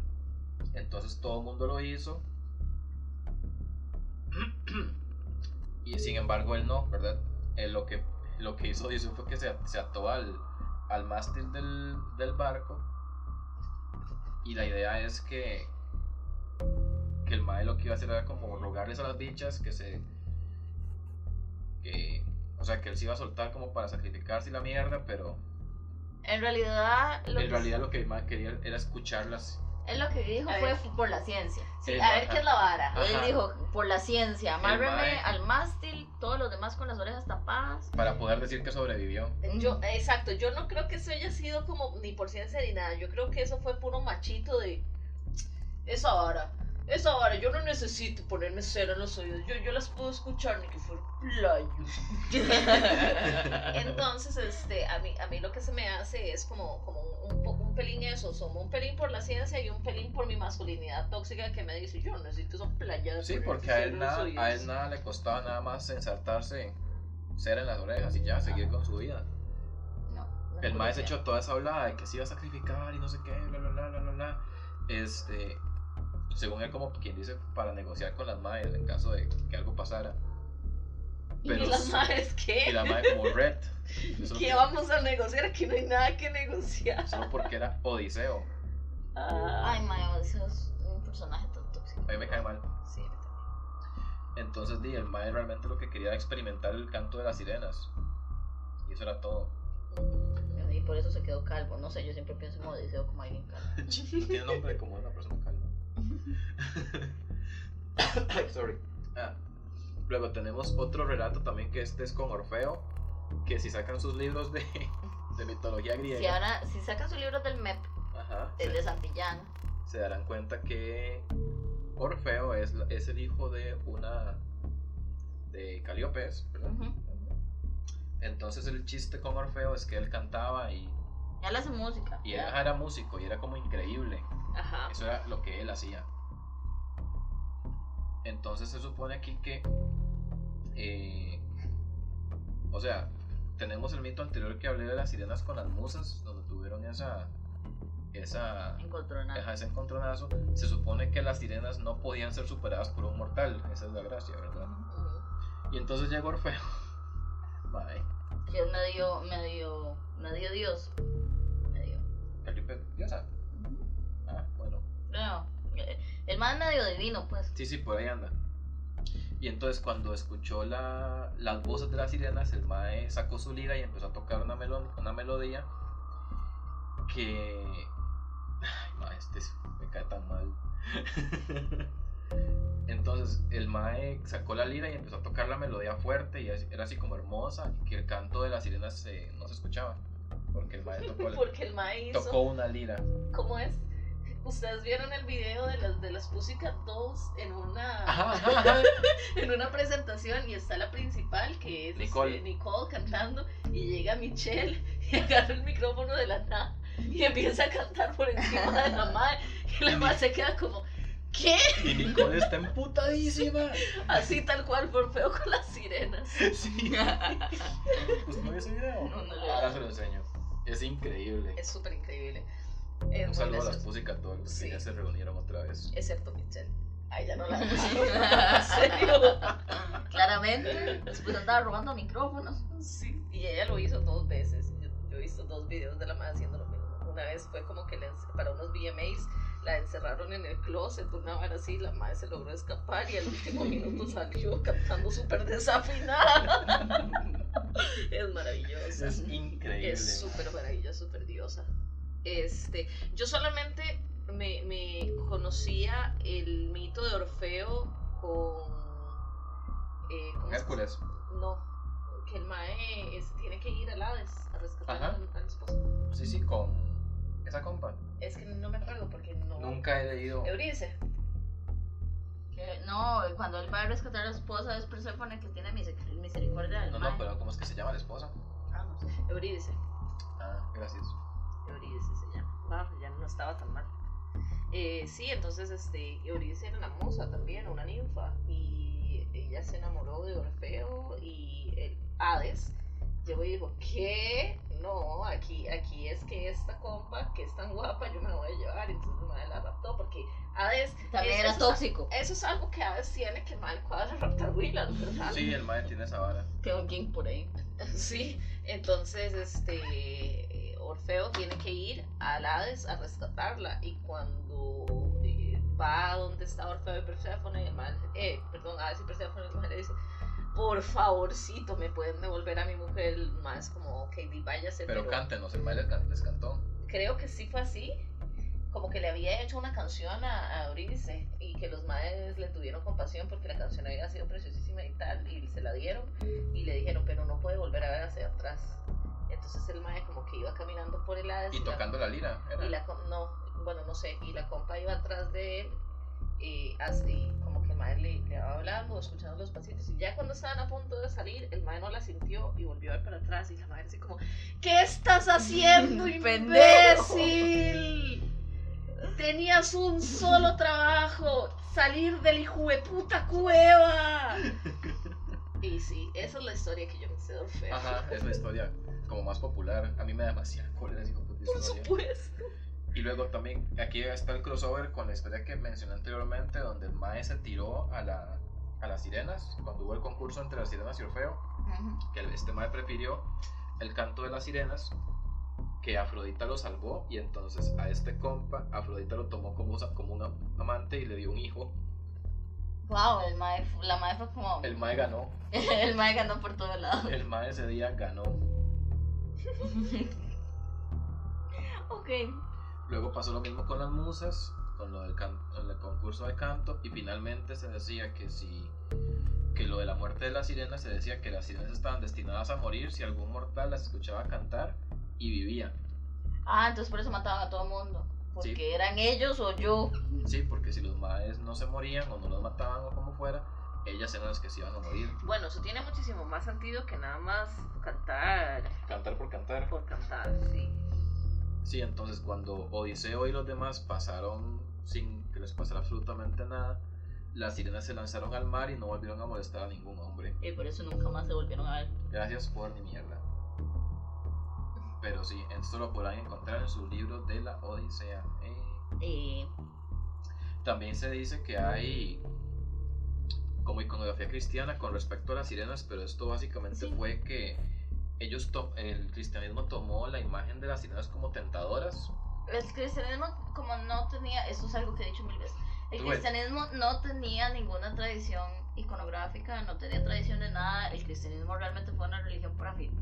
[SPEAKER 2] Entonces todo el mundo lo hizo. <clears throat> y sin embargo él no, ¿verdad? Él lo que, lo que hizo Odiseo fue que se, se ató al, al mástil del, del barco. Y la idea es que, que el mae lo que iba a hacer era como rogarles a las bichas que se... Que, o sea, que él se iba a soltar como para sacrificarse y la mierda, pero
[SPEAKER 1] En realidad, lo
[SPEAKER 2] en
[SPEAKER 1] que,
[SPEAKER 2] realidad lo que el mae quería era escucharlas
[SPEAKER 1] él lo que dijo
[SPEAKER 3] A
[SPEAKER 1] fue
[SPEAKER 3] ver.
[SPEAKER 1] por la ciencia.
[SPEAKER 3] Sí,
[SPEAKER 2] Eh,
[SPEAKER 3] a ver
[SPEAKER 2] ajá.
[SPEAKER 3] qué es la vara.
[SPEAKER 2] Ajá.
[SPEAKER 1] Él dijo, por la ciencia, amárreme
[SPEAKER 2] mae.
[SPEAKER 1] al mástil, todos los demás con las orejas tapadas.
[SPEAKER 2] para poder decir que sobrevivió.
[SPEAKER 3] Yo, exacto, yo no creo que eso haya sido como ni por ciencia ni nada. Yo creo que eso fue puro machito de. Eso ahora, eso ahora, yo no necesito ponerme cera en los oídos. Yo, yo las puedo escuchar ni que fuera
[SPEAKER 2] <laughs>
[SPEAKER 3] playo. Entonces, este, a mí, a mí lo que se me hace es como, como un, un po- un pelín eso. Somos un pelín por la ciencia y un pelín por mi masculinidad tóxica que me dice: Yo no necesito esa playa de
[SPEAKER 2] Sí,
[SPEAKER 3] ponerme
[SPEAKER 2] porque
[SPEAKER 3] cera
[SPEAKER 2] a
[SPEAKER 3] en
[SPEAKER 2] él,
[SPEAKER 3] los
[SPEAKER 2] nada,
[SPEAKER 3] oídos".
[SPEAKER 2] a él nada le costaba nada más ensartarse cera en las orejas y ya, seguir con su vida.
[SPEAKER 1] No, no
[SPEAKER 2] El
[SPEAKER 1] pudo
[SPEAKER 2] maestro
[SPEAKER 1] ser.
[SPEAKER 2] echó toda esa hablada de que se iba a sacrificar y no sé qué, bla, bla, bla, bla, bla, bla. Este, según él, como quien dice, para negociar con las madres en caso de que algo pasara.
[SPEAKER 3] ¿Y
[SPEAKER 2] Pero-
[SPEAKER 3] las madres qué?
[SPEAKER 2] Y la madre como
[SPEAKER 3] <laughs>
[SPEAKER 2] red. Solo,
[SPEAKER 3] ¿Qué vamos a negociar? Aquí no hay nada que negociar.
[SPEAKER 2] solo porque era Odiseo.
[SPEAKER 3] Ah.
[SPEAKER 1] Ay, mae, eso es un personaje tan tóxico.
[SPEAKER 2] A mí me cae mal.
[SPEAKER 3] Sí,
[SPEAKER 2] Entonces, di, el maestro realmente lo que quería era experimentar el canto de las sirenas. Y eso era todo.
[SPEAKER 1] Y por eso se quedó calvo. No sé, yo siempre pienso en Odiseo como alguien calvo.
[SPEAKER 2] No tiene nombre como una persona calma. <coughs> Sorry. Ah. Luego tenemos otro relato también que este es con Orfeo, que si sacan sus libros de, de mitología
[SPEAKER 1] Si
[SPEAKER 2] griega,
[SPEAKER 1] ahora, si sacan su libro del MEP,
[SPEAKER 2] ajá,
[SPEAKER 1] el
[SPEAKER 2] se,
[SPEAKER 1] de Santillán,
[SPEAKER 2] se darán cuenta que Orfeo es, la- es el hijo de una... de Calliope, ¿verdad?
[SPEAKER 1] ujú,
[SPEAKER 2] Entonces el chiste con Orfeo es que él cantaba y,
[SPEAKER 1] él hace música.
[SPEAKER 2] y él era músico y era como increíble.
[SPEAKER 3] Ajá.
[SPEAKER 2] Eso era lo que él hacía. Entonces se supone aquí que. eh, o sea, tenemos el mito anterior que hablé de las sirenas con las musas, donde tuvieron esa, esa,
[SPEAKER 1] Encontronazo.
[SPEAKER 2] ajá, ese encontronazo, se supone que las sirenas no podían ser superadas por un mortal. Esa es la gracia, ¿verdad?
[SPEAKER 3] Ujú.
[SPEAKER 2] Y entonces llega Orfeo. <laughs> Mae,
[SPEAKER 1] Que es medio, medio, medio dios. Medio.
[SPEAKER 2] Felipe, diosa. Ah, bueno.
[SPEAKER 1] No, eh, el más medio divino, pues.
[SPEAKER 2] Sí, sí, por ahí anda. Y entonces cuando escuchó la, las voces de las sirenas, el mae sacó su lira y empezó a tocar una, melón, una melodía que... Ay, mae, este es- me cae tan mal. <laughs> entonces el mae sacó la lira y empezó a tocar la melodía fuerte y es- era así como hermosa que el canto de las sirenas se- no se escuchaba. Porque el mae tocó, la-
[SPEAKER 3] Porque el maíz
[SPEAKER 2] tocó una lira.
[SPEAKER 3] ¿Cómo es? Ustedes vieron el video de las de las Pussycat Dolls en una
[SPEAKER 2] Ajá, ajá, ajá.
[SPEAKER 3] <laughs> en una presentación y está la principal que es
[SPEAKER 2] Nicole.
[SPEAKER 3] este, Nicole cantando y llega Michelle <laughs> y agarra el micrófono de la nada y empieza a cantar por encima de
[SPEAKER 2] <laughs>
[SPEAKER 3] la madre y la madre se queda como ¿qué?
[SPEAKER 2] Y Nicole está emputadísima.
[SPEAKER 3] Así tal cual por feo con las sirenas.
[SPEAKER 2] <laughs> Sí. ¿Usted Pues, no vio ese video?
[SPEAKER 1] No, no lo vi.
[SPEAKER 2] Ahora se lo enseño. Es increíble.
[SPEAKER 3] Es súper increíble.
[SPEAKER 2] Un saludo a las músicas todas
[SPEAKER 3] Sí.
[SPEAKER 2] que ya se reunieron otra vez.
[SPEAKER 3] Excepto Michelle. Ay, ya
[SPEAKER 2] <laughs>
[SPEAKER 3] no la <laughs> ¿En serio?
[SPEAKER 1] Claramente, después andaba robando micrófonos.
[SPEAKER 3] Sí, y ella lo hizo dos veces. Yo, yo he visto dos videos de la madre haciendo lo mismo. Una vez fue como que la ence- para unos VMAs la encerraron en el closet, una vara así, la madre se logró escapar y al último minuto salió cantando súper desafinada. <laughs> es maravillosa.
[SPEAKER 2] Es increíble.
[SPEAKER 3] Es súper maravillosa, súper diosa. Este, yo solamente me, me conocía el mito de Orfeo con... eh, ¿cómo se-
[SPEAKER 2] Hércules.
[SPEAKER 3] no, que el mae es- tiene que ir al Hades a rescatar
[SPEAKER 2] Ajá.
[SPEAKER 3] al, al esposo.
[SPEAKER 2] Sí, sí, con esa compa.
[SPEAKER 3] Es que no me acuerdo porque no.
[SPEAKER 2] Nunca he leído.
[SPEAKER 3] Euridice.
[SPEAKER 1] Que, no, cuando él va a rescatar a la esposa es Perséfone que tiene mise- misericordia del
[SPEAKER 2] No,
[SPEAKER 1] mae.
[SPEAKER 2] no, pero ¿cómo es que se llama la esposa?
[SPEAKER 1] Ah, no sé.
[SPEAKER 3] Eurídice.
[SPEAKER 2] Ah, gracias.
[SPEAKER 3] Eurídice se llama. Ah, ya no estaba tan mal. Eh, sí, entonces este, Eurídice era una musa también, una ninfa. Y ella se enamoró de Orfeo y el Hades. Llegó y dijo, ¿qué? No, aquí, aquí es que esta compa, que es tan guapa, yo me la voy a llevar. Entonces me la raptó porque Hades
[SPEAKER 1] También
[SPEAKER 3] es-
[SPEAKER 1] era
[SPEAKER 3] es-
[SPEAKER 1] tóxico.
[SPEAKER 3] Eso es algo que a veces tiene que mal cuadra raptar Willan, ¿verdad?
[SPEAKER 2] Sí, el mae tiene esa vara.
[SPEAKER 1] Tengo un king por ahí.
[SPEAKER 3] <laughs> Sí, entonces este eh, Orfeo tiene que ir al Hades a rescatarla y cuando eh, va a donde está Orfeo y Perséfone, el mal, eh, perdón, Hades y Perséfone, el mal le dice, por favorcito, me pueden devolver a mi mujer más como, ok, di, váyase,
[SPEAKER 2] Pero cántenos, el mae les, can- les cantó.
[SPEAKER 3] creo que sí fue así. Como que le había hecho una canción a, a Eurídice y que los madres le tuvieron compasión porque la canción había sido preciosísima y tal, y se la dieron y le dijeron, pero no puede volver a ver hacia atrás. Entonces el mae como que iba caminando por el Hades
[SPEAKER 2] Y
[SPEAKER 3] la-
[SPEAKER 2] tocando la lira. era.
[SPEAKER 3] y la com- no, bueno, no sé, y la compa iba atrás de él, y así como que el mae le, le va hablando, escuchando los pasitos, y ya cuando estaban a punto de salir, el mae no la sintió y volvió a ver para atrás, y la madre así como, ¿qué estás haciendo, imbécil? Tenías un solo trabajo, salir del hijo de puta cueva. Y sí, esa es la historia que yo me sé de Orfeo.
[SPEAKER 2] Ajá, es la historia como más popular. A mí me da demasiada cólera ese hijo de puta
[SPEAKER 3] Por
[SPEAKER 2] historia.
[SPEAKER 3] supuesto.
[SPEAKER 2] Y luego también aquí está el crossover con la historia que mencioné anteriormente, donde el Mae se tiró a, la, a las sirenas, cuando hubo el concurso entre las sirenas y Orfeo,
[SPEAKER 1] Ujú.
[SPEAKER 2] que este Mae prefirió el canto de las sirenas, que Afrodita lo salvó, y entonces a este compa, Afrodita lo tomó como, sa- como un am- amante y le dio un hijo.
[SPEAKER 1] Wow, el mae, fu- la mae fue como.
[SPEAKER 2] El Mae ganó,
[SPEAKER 1] <laughs> El mae ganó por todos <laughs> lados.
[SPEAKER 2] el Mae ese día ganó.
[SPEAKER 1] ok.
[SPEAKER 2] Luego pasó lo mismo con las musas, con lo del can- con el concurso de canto, y finalmente se decía que si que lo de la muerte de las sirenas se decía que las sirenas estaban destinadas a morir si algún mortal las escuchaba cantar y vivía.
[SPEAKER 1] Ah, entonces por eso mataban a todo mundo. Porque eran ellos o yo.
[SPEAKER 2] Sí, porque si los maes no se morían o no los mataban o como fuera, ellas eran las que se iban a morir.
[SPEAKER 3] Bueno, eso tiene muchísimo más sentido que nada más cantar
[SPEAKER 2] Cantar por cantar.
[SPEAKER 3] por cantar, sí.
[SPEAKER 2] Sí, entonces cuando Odiseo y los demás pasaron sin que les pasara absolutamente nada, las sirenas se lanzaron al mar y no volvieron a molestar a ningún hombre.
[SPEAKER 1] Y por eso nunca más se volvieron a ver.
[SPEAKER 2] Gracias por mi mierda. Pero sí, esto lo podrán encontrar en sus libros de la Odisea. Eh,
[SPEAKER 1] Eh,
[SPEAKER 2] También se dice que hay como iconografía cristiana con respecto a las sirenas, pero esto básicamente
[SPEAKER 1] Sí.
[SPEAKER 2] fue que ellos to- el cristianismo tomó la imagen de las sirenas como tentadoras.
[SPEAKER 1] el cristianismo, como no tenía, eso es algo que he dicho mil veces, el
[SPEAKER 2] Tú ves.
[SPEAKER 1] cristianismo no tenía ninguna tradición iconográfica, no tenía tradición de nada, el cristianismo realmente fue una religión por afín.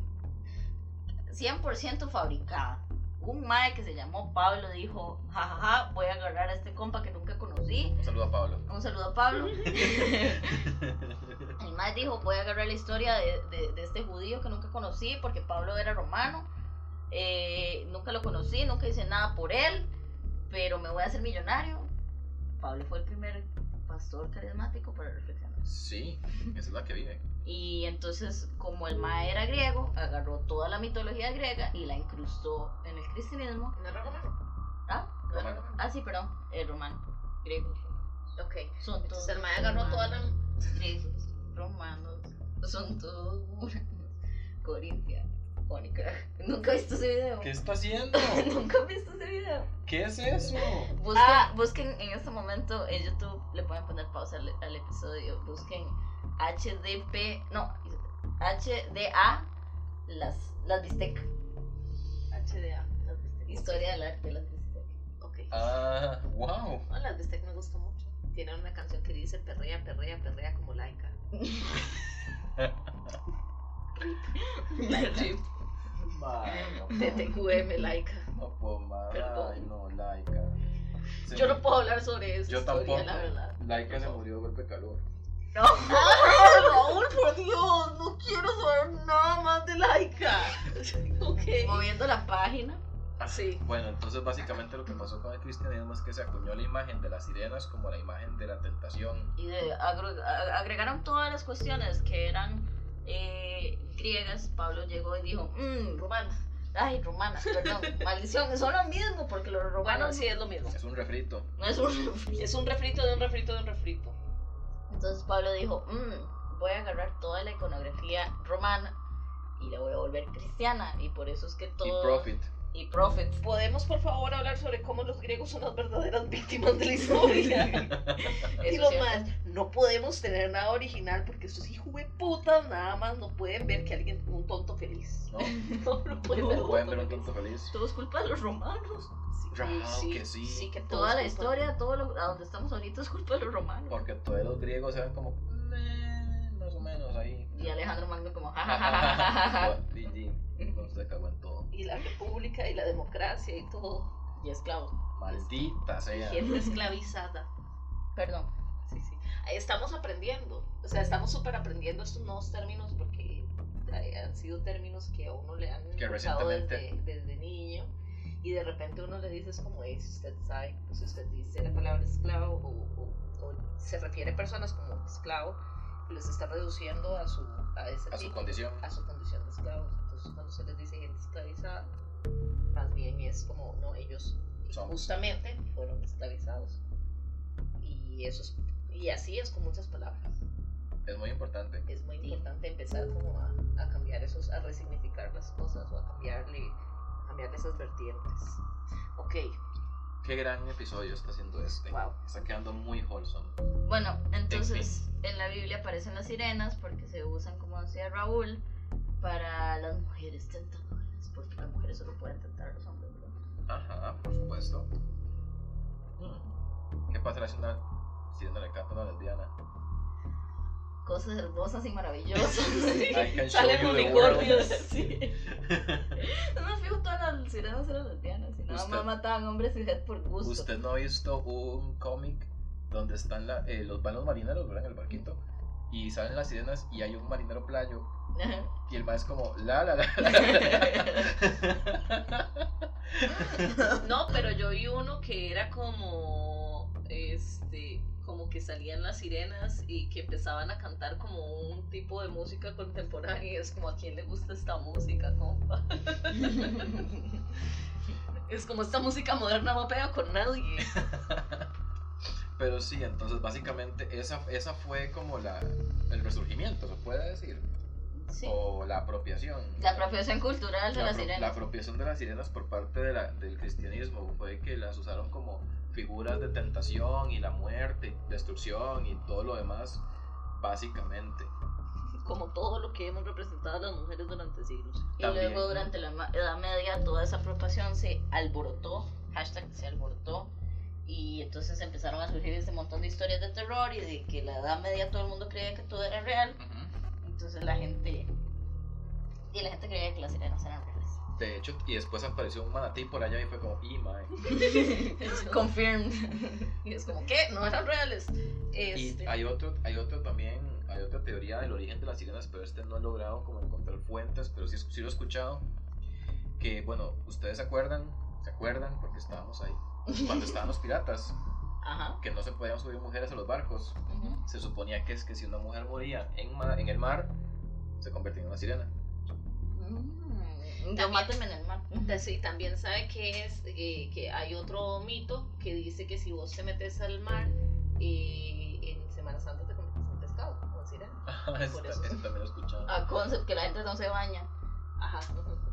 [SPEAKER 1] 100% fabricada. Un mae que se llamó Pablo dijo, jajaja, voy a agarrar a este compa que nunca conocí.
[SPEAKER 2] Un saludo a Pablo.
[SPEAKER 1] Un saludo a Pablo. El mae dijo, voy a agarrar la historia de, de- de este judío que nunca conocí, porque Pablo era romano, eh, nunca lo conocí, nunca hice nada por él, pero me voy a hacer millonario. Pablo fue el primer pastor carismático para reflexionar.
[SPEAKER 2] sí, esa es la que vive.
[SPEAKER 1] Y entonces, como el mae era griego, agarró toda la mitología griega y la incrustó en el cristianismo.
[SPEAKER 4] No era romano.
[SPEAKER 1] Ah,
[SPEAKER 2] Romano.
[SPEAKER 1] ah sí, perdón, el romano, griego.
[SPEAKER 4] Ok.
[SPEAKER 1] Son todos
[SPEAKER 4] Entonces el mae agarró toda la.
[SPEAKER 1] griegos, romanos, son todos <laughs> Corintia, Jónica. Nunca he visto ese video.
[SPEAKER 2] ¿Qué está haciendo?
[SPEAKER 1] Nunca he visto ese video.
[SPEAKER 2] ¿Qué es eso?
[SPEAKER 1] Busquen,
[SPEAKER 4] Ah.
[SPEAKER 1] busquen en este momento en YouTube, le pueden poner pausa al, al episodio. Busquen HDP, no, HDA, las, las bistec.
[SPEAKER 3] HDA.
[SPEAKER 4] Las bistec.
[SPEAKER 1] Historia del arte de las bistec.
[SPEAKER 4] Ok.
[SPEAKER 2] Ah, wow.
[SPEAKER 4] No, las bistec me gustó mucho. Tienen una canción que dice perrea, perrea, perrea como laica.
[SPEAKER 1] Rip.
[SPEAKER 3] <laughs>
[SPEAKER 4] TTQM laica.
[SPEAKER 2] No puedo más.
[SPEAKER 4] Perdón.
[SPEAKER 2] Ay, no, Laika. Se
[SPEAKER 4] Yo
[SPEAKER 2] mu-
[SPEAKER 4] no puedo hablar sobre eso.
[SPEAKER 2] Yo tampoco.
[SPEAKER 4] La verdad.
[SPEAKER 2] Laika se murió de golpe de calor.
[SPEAKER 1] No,
[SPEAKER 4] Raúl, por Dios, no quiero saber nada más de laica. <laughs> ok.
[SPEAKER 1] moviendo la página.
[SPEAKER 2] Ah,
[SPEAKER 4] Sí.
[SPEAKER 2] Bueno, entonces básicamente lo que pasó con el cristianismo es que se acuñó la imagen de las sirenas como la imagen de la tentación.
[SPEAKER 1] y de- agro- a- agregaron todas las cuestiones que eran eh, griegas, Pablo llegó y dijo, mmm, romana, ay, romana, perdón, maldición, son lo mismo porque los
[SPEAKER 3] Bueno,
[SPEAKER 1] romanos
[SPEAKER 3] sí, es lo mismo.
[SPEAKER 2] Es un refrito.
[SPEAKER 1] no es un...
[SPEAKER 3] Es un refrito de un refrito de un refrito.
[SPEAKER 1] Entonces Pablo dijo, mmm, voy a agarrar toda la iconografía romana y la voy a volver cristiana y por eso es que todo...
[SPEAKER 4] <laughs>
[SPEAKER 2] Y profit.
[SPEAKER 1] Y prophet.
[SPEAKER 3] ¿Podemos, por favor, hablar sobre cómo los griegos son las verdaderas víctimas de
[SPEAKER 2] <laughs>
[SPEAKER 3] la historia? y
[SPEAKER 1] Eso
[SPEAKER 3] lo
[SPEAKER 1] sí es-
[SPEAKER 3] más, no podemos tener nada original porque estos hijos de putas nada más no pueden ver que alguien, un tonto feliz.
[SPEAKER 2] <laughs> ¿No?
[SPEAKER 3] No, no pueden ver, un
[SPEAKER 2] Pueden ver
[SPEAKER 3] tonto
[SPEAKER 2] un
[SPEAKER 3] feliz.
[SPEAKER 2] tonto feliz.
[SPEAKER 1] Todo es culpa de los romanos.
[SPEAKER 2] Claro que sí.
[SPEAKER 3] que
[SPEAKER 1] Toda
[SPEAKER 3] todos
[SPEAKER 1] la
[SPEAKER 3] culpan.
[SPEAKER 1] historia, todo lo, a donde estamos ahorita es culpa de los romanos.
[SPEAKER 2] Porque todos los griegos eran como. "Meh", Más o menos ahí.
[SPEAKER 4] <laughs>
[SPEAKER 1] Y
[SPEAKER 2] <laughs>
[SPEAKER 1] Alejandro Magno como, jajajajaja.
[SPEAKER 2] Y Nos cagó en todo.
[SPEAKER 3] Y la república y la democracia y todo.
[SPEAKER 1] y esclavo.
[SPEAKER 2] Maldita sea.
[SPEAKER 4] Gente esclavizada.
[SPEAKER 1] Perdón.
[SPEAKER 3] Sí, sí.
[SPEAKER 4] Ahí Estamos aprendiendo. O sea, estamos súper aprendiendo estos nuevos términos porque eh, han sido términos que a uno le han
[SPEAKER 2] Que
[SPEAKER 4] escuchado desde,
[SPEAKER 2] recientemente-
[SPEAKER 4] desde niño. Y de repente uno le dice, es como, "Ey, si usted sabe, pues, si usted dice la palabra esclavo o, o- o se refiere a personas como esclavo, les está reduciendo a su, a ese
[SPEAKER 2] A su
[SPEAKER 4] tipo,
[SPEAKER 2] condición.
[SPEAKER 4] a su condición de esclavos. Entonces, cuando se les dice gente esclavizada, más bien es como, no, ellos
[SPEAKER 2] Son.
[SPEAKER 4] justamente fueron esclavizados. Y eso es, y así es con muchas palabras.
[SPEAKER 2] Es muy importante.
[SPEAKER 4] Es muy importante empezar como a, a cambiar esos, a resignificar las cosas o a cambiarle, a cambiarle esas vertientes. Ok,
[SPEAKER 2] Qué gran episodio está haciendo este.
[SPEAKER 4] Wow.
[SPEAKER 2] Está quedando muy wholesome.
[SPEAKER 1] Bueno, entonces en la Biblia aparecen las sirenas porque se usan, como decía Raúl, para las mujeres tentadoras. Porque las mujeres solo pueden tentar a los hombres. ¿verdad?
[SPEAKER 2] Ajá, por supuesto. Mm. ¿Qué pasará si una sirena le canta a una lesbiana?
[SPEAKER 1] Cosas hermosas y maravillosas. <laughs>
[SPEAKER 2] I can show
[SPEAKER 3] Salen
[SPEAKER 2] you the
[SPEAKER 3] unicornios.
[SPEAKER 2] world. <laughs>
[SPEAKER 1] sí. No me fijo, todas las sirenas eran lesbianas. Y nada
[SPEAKER 2] Usted-
[SPEAKER 1] más mataban hombres y mujeres por gusto.
[SPEAKER 2] ¿Usted no ha visto un cómic donde están la- eh, los vanos marineros, ¿verdad? En el barquito. Y salen las sirenas y hay un marinero playo. Y el más es como la la la. la,
[SPEAKER 1] <laughs>
[SPEAKER 2] la".
[SPEAKER 3] No, pero yo vi uno que era como este como que salían las sirenas y que empezaban a cantar como un tipo de música contemporánea y es como a quién le gusta esta música, compa. Es como esta música moderna no pega con nadie.
[SPEAKER 2] Pero sí, entonces básicamente esa, esa fue como la, el resurgimiento, se puede decir.
[SPEAKER 1] <laughs> Sí.
[SPEAKER 2] o la apropiación.
[SPEAKER 1] La apropiación cultural de
[SPEAKER 2] La
[SPEAKER 1] la
[SPEAKER 2] apro-
[SPEAKER 1] sirena.
[SPEAKER 2] la apropiación de las sirenas por parte de la- del cristianismo fue que las usaron como figuras de tentación y la muerte, destrucción y todo lo demás, básicamente.
[SPEAKER 5] Como todo lo que hemos representado a las mujeres durante siglos.
[SPEAKER 1] Y
[SPEAKER 2] También.
[SPEAKER 1] luego durante la ma- Edad Media toda esa apropiación se alborotó, hashtag se alborotó, y entonces empezaron a surgir ese montón de historias de terror y de que la Edad Media todo el mundo creía que todo era real, entonces la gente... Y la gente creía que las sirenas eran reales.
[SPEAKER 2] De hecho, y después apareció un manatí por allá y fue como, y mae".
[SPEAKER 1] Confirmed.
[SPEAKER 3] <laughs> Y es como, ¿qué? No eran reales.
[SPEAKER 2] Y
[SPEAKER 3] Este,
[SPEAKER 2] hay otro, hay otro también, hay otra teoría del origen de las sirenas, pero este no he logrado como encontrar fuentes, pero sí, es- sí lo he escuchado. Que bueno, ustedes se acuerdan, se acuerdan porque estábamos ahí, cuando estaban los piratas,
[SPEAKER 1] Ajá.
[SPEAKER 2] que no se podían subir mujeres a los barcos.
[SPEAKER 1] ujú.
[SPEAKER 2] Se suponía que es que si una mujer moría en, ma- en el mar, se convertía en una sirena. <laughs>
[SPEAKER 1] Yo
[SPEAKER 3] También-
[SPEAKER 1] mátenme en el mar.
[SPEAKER 3] Ta-
[SPEAKER 1] Ujú.
[SPEAKER 3] Sí, también sabe que es eh, que hay otro mito que dice que si vos te metes al mar eh, en Semana Santa te conviertes en pescado ¿eh? o en sirena.
[SPEAKER 2] eso,
[SPEAKER 3] Ah, eso. Ah,
[SPEAKER 2] ta- eso también lo he escuchado.
[SPEAKER 1] A concept que la gente no se baña.
[SPEAKER 3] Ajá. <laughs>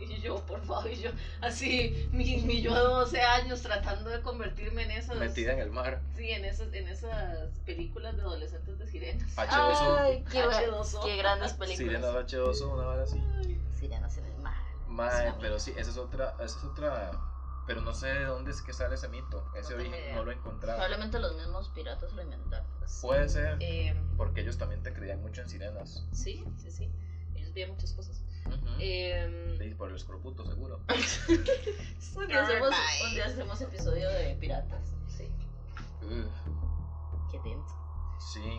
[SPEAKER 5] Y yo, por favor, y yo, así, mi, mi yo de 12 años tratando de convertirme en
[SPEAKER 3] pues,
[SPEAKER 5] esas,
[SPEAKER 2] Metida en el mar,
[SPEAKER 5] sí, en esas, en esas películas de adolescentes de sirenas.
[SPEAKER 2] H2O,
[SPEAKER 1] qué,
[SPEAKER 5] H2O.
[SPEAKER 1] qué grandes películas.
[SPEAKER 2] sirenas H2O, una hora así.
[SPEAKER 1] Sirenas en el mar.
[SPEAKER 2] Mae,
[SPEAKER 1] Sí.
[SPEAKER 2] pero sí, esa es otra, esa es otra, pero no sé de dónde es que sale ese mito, ese
[SPEAKER 3] tengo
[SPEAKER 2] origen
[SPEAKER 3] idea.
[SPEAKER 2] no lo he encontrado.
[SPEAKER 1] Probablemente los mismos piratas lo inventaron.
[SPEAKER 2] Puede ser
[SPEAKER 3] Eh,
[SPEAKER 2] porque ellos también te creían mucho en sirenas.
[SPEAKER 3] sí, sí, sí. Ellos veían muchas cosas.
[SPEAKER 2] Ujú.
[SPEAKER 3] Em,
[SPEAKER 2] Y por el escorbuto,
[SPEAKER 3] <laughs>
[SPEAKER 2] seguro.
[SPEAKER 1] Un día, hacemos,
[SPEAKER 3] Bye.
[SPEAKER 1] un día hacemos episodio de piratas.
[SPEAKER 3] sí.
[SPEAKER 2] Ugh,
[SPEAKER 1] Qué denso. <laughs>
[SPEAKER 2] sí,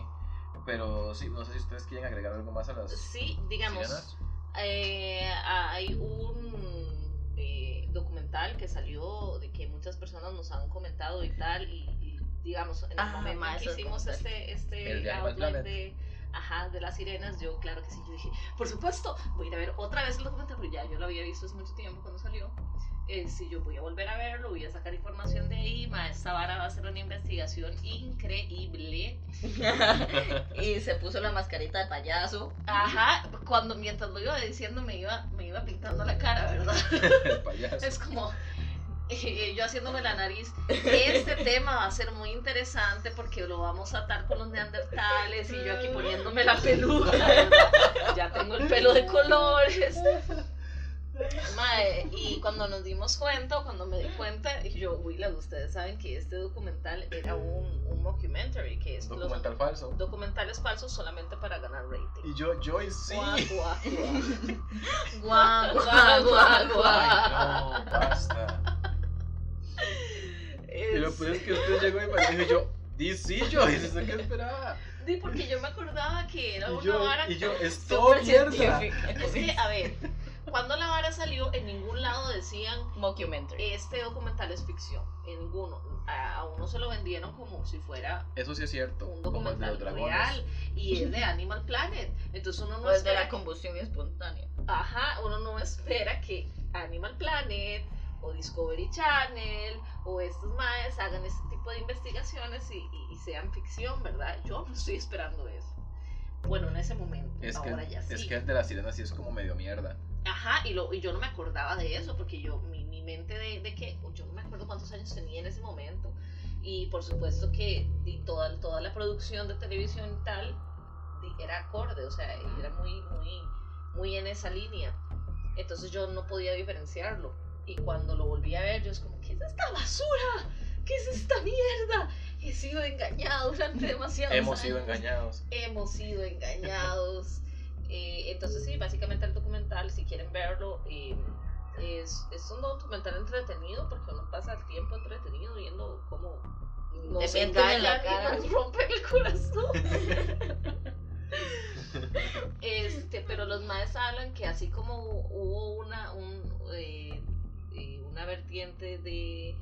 [SPEAKER 2] pero sí, no sé si ustedes quieren agregar algo más a las
[SPEAKER 3] Sí, digamos. <laughs>
[SPEAKER 2] sirenas.
[SPEAKER 3] Eh, hay un eh, documental que salió de que muchas personas nos han comentado y tal y, y, digamos en el
[SPEAKER 1] Ah,
[SPEAKER 3] momento
[SPEAKER 1] ma,
[SPEAKER 3] en que
[SPEAKER 1] esos
[SPEAKER 3] hicimos este
[SPEAKER 2] El de
[SPEAKER 3] este
[SPEAKER 2] Animal
[SPEAKER 3] outlet
[SPEAKER 2] Planet.
[SPEAKER 3] de ajá de las sirenas yo claro que sí yo dije por supuesto voy a ir a ver otra vez el documental porque ya yo lo había visto hace mucho tiempo cuando salió eh, si yo voy a volver a verlo voy a sacar información de ahí ma, esta vara va a ser una investigación increíble
[SPEAKER 1] y se puso la mascarita de payaso.
[SPEAKER 3] ajá cuando mientras lo iba diciendo me iba me iba pintando la cara verdad
[SPEAKER 2] El payaso.
[SPEAKER 3] Es como eh, yo haciéndome la nariz. Este tema va a ser muy interesante porque lo vamos a atar con los neandertales y yo aquí poniéndome la peluca. Ya tengo el pelo de colores. Mae, y cuando nos dimos cuenta, o cuando me di cuenta, y yo, uy, las ustedes saben que este documental era un, un mockumentary, que es
[SPEAKER 2] Un
[SPEAKER 3] los
[SPEAKER 2] documental falso.
[SPEAKER 3] documentales falsos solamente para ganar rating.
[SPEAKER 2] Y yo, yo y sí.
[SPEAKER 3] Guau, guau,
[SPEAKER 1] Guau,
[SPEAKER 2] <laughs>
[SPEAKER 3] guau.
[SPEAKER 1] guau, guau, guau.
[SPEAKER 2] Ay, no, basta. Y lo peor es que usted llegó y me dijo yo, di sí, yo, y dice, ¿qué esperaba?
[SPEAKER 3] Sí, porque yo me acordaba que era
[SPEAKER 2] Y
[SPEAKER 3] una
[SPEAKER 2] yo,
[SPEAKER 3] vara
[SPEAKER 2] y yo, eh, es todo
[SPEAKER 1] Súper
[SPEAKER 2] mierda.
[SPEAKER 1] científica.
[SPEAKER 3] Es que, a ver, cuando la vara salió, en ningún lado decían
[SPEAKER 1] Mockumentary.
[SPEAKER 3] este documental es ficción. En ninguno. A, a uno se lo vendieron como si fuera
[SPEAKER 2] Eso sí es cierto.
[SPEAKER 3] un
[SPEAKER 2] como el de
[SPEAKER 3] documental
[SPEAKER 2] los dragones.
[SPEAKER 3] real y es de Animal Planet. Entonces uno no
[SPEAKER 1] Pues de
[SPEAKER 3] espera.
[SPEAKER 1] la combustión espontánea.
[SPEAKER 3] Ajá, uno no espera que Animal Planet o Discovery Channel o estos maes hagan este tipo de investigaciones y, y- y sean ficción, ¿verdad? Yo no estoy esperando eso. Bueno, en ese momento,
[SPEAKER 2] Es que,
[SPEAKER 3] ahora ya sí.
[SPEAKER 2] es que el de las sirenas sí es como medio mierda.
[SPEAKER 3] Ajá, y, lo, y yo no me acordaba de eso, porque yo, mi, mi mente de, de que, yo no me acuerdo cuántos años tenía en ese momento, y por supuesto que di toda, toda la producción de televisión y tal di- era acorde, o sea, era muy, muy, muy en esa línea, entonces yo no podía diferenciarlo, y cuando lo volví a ver, yo es como, ¿qué es esta basura? ¿Qué es esta mierda? He sido engañada durante demasiado
[SPEAKER 2] Hemos sido engañados.
[SPEAKER 3] hemos sido engañados. <laughs> Eh, entonces sí, básicamente el documental, si quieren verlo, eh, es, es un documental entretenido porque uno pasa el tiempo entretenido viendo cómo nos
[SPEAKER 1] Te mienten en la
[SPEAKER 3] engañan
[SPEAKER 1] cara.
[SPEAKER 3] y nos rompen el
[SPEAKER 1] <laughs>
[SPEAKER 3] corazón. este, pero los maes hablan que así como hubo una, un, eh, eh, una vertiente de,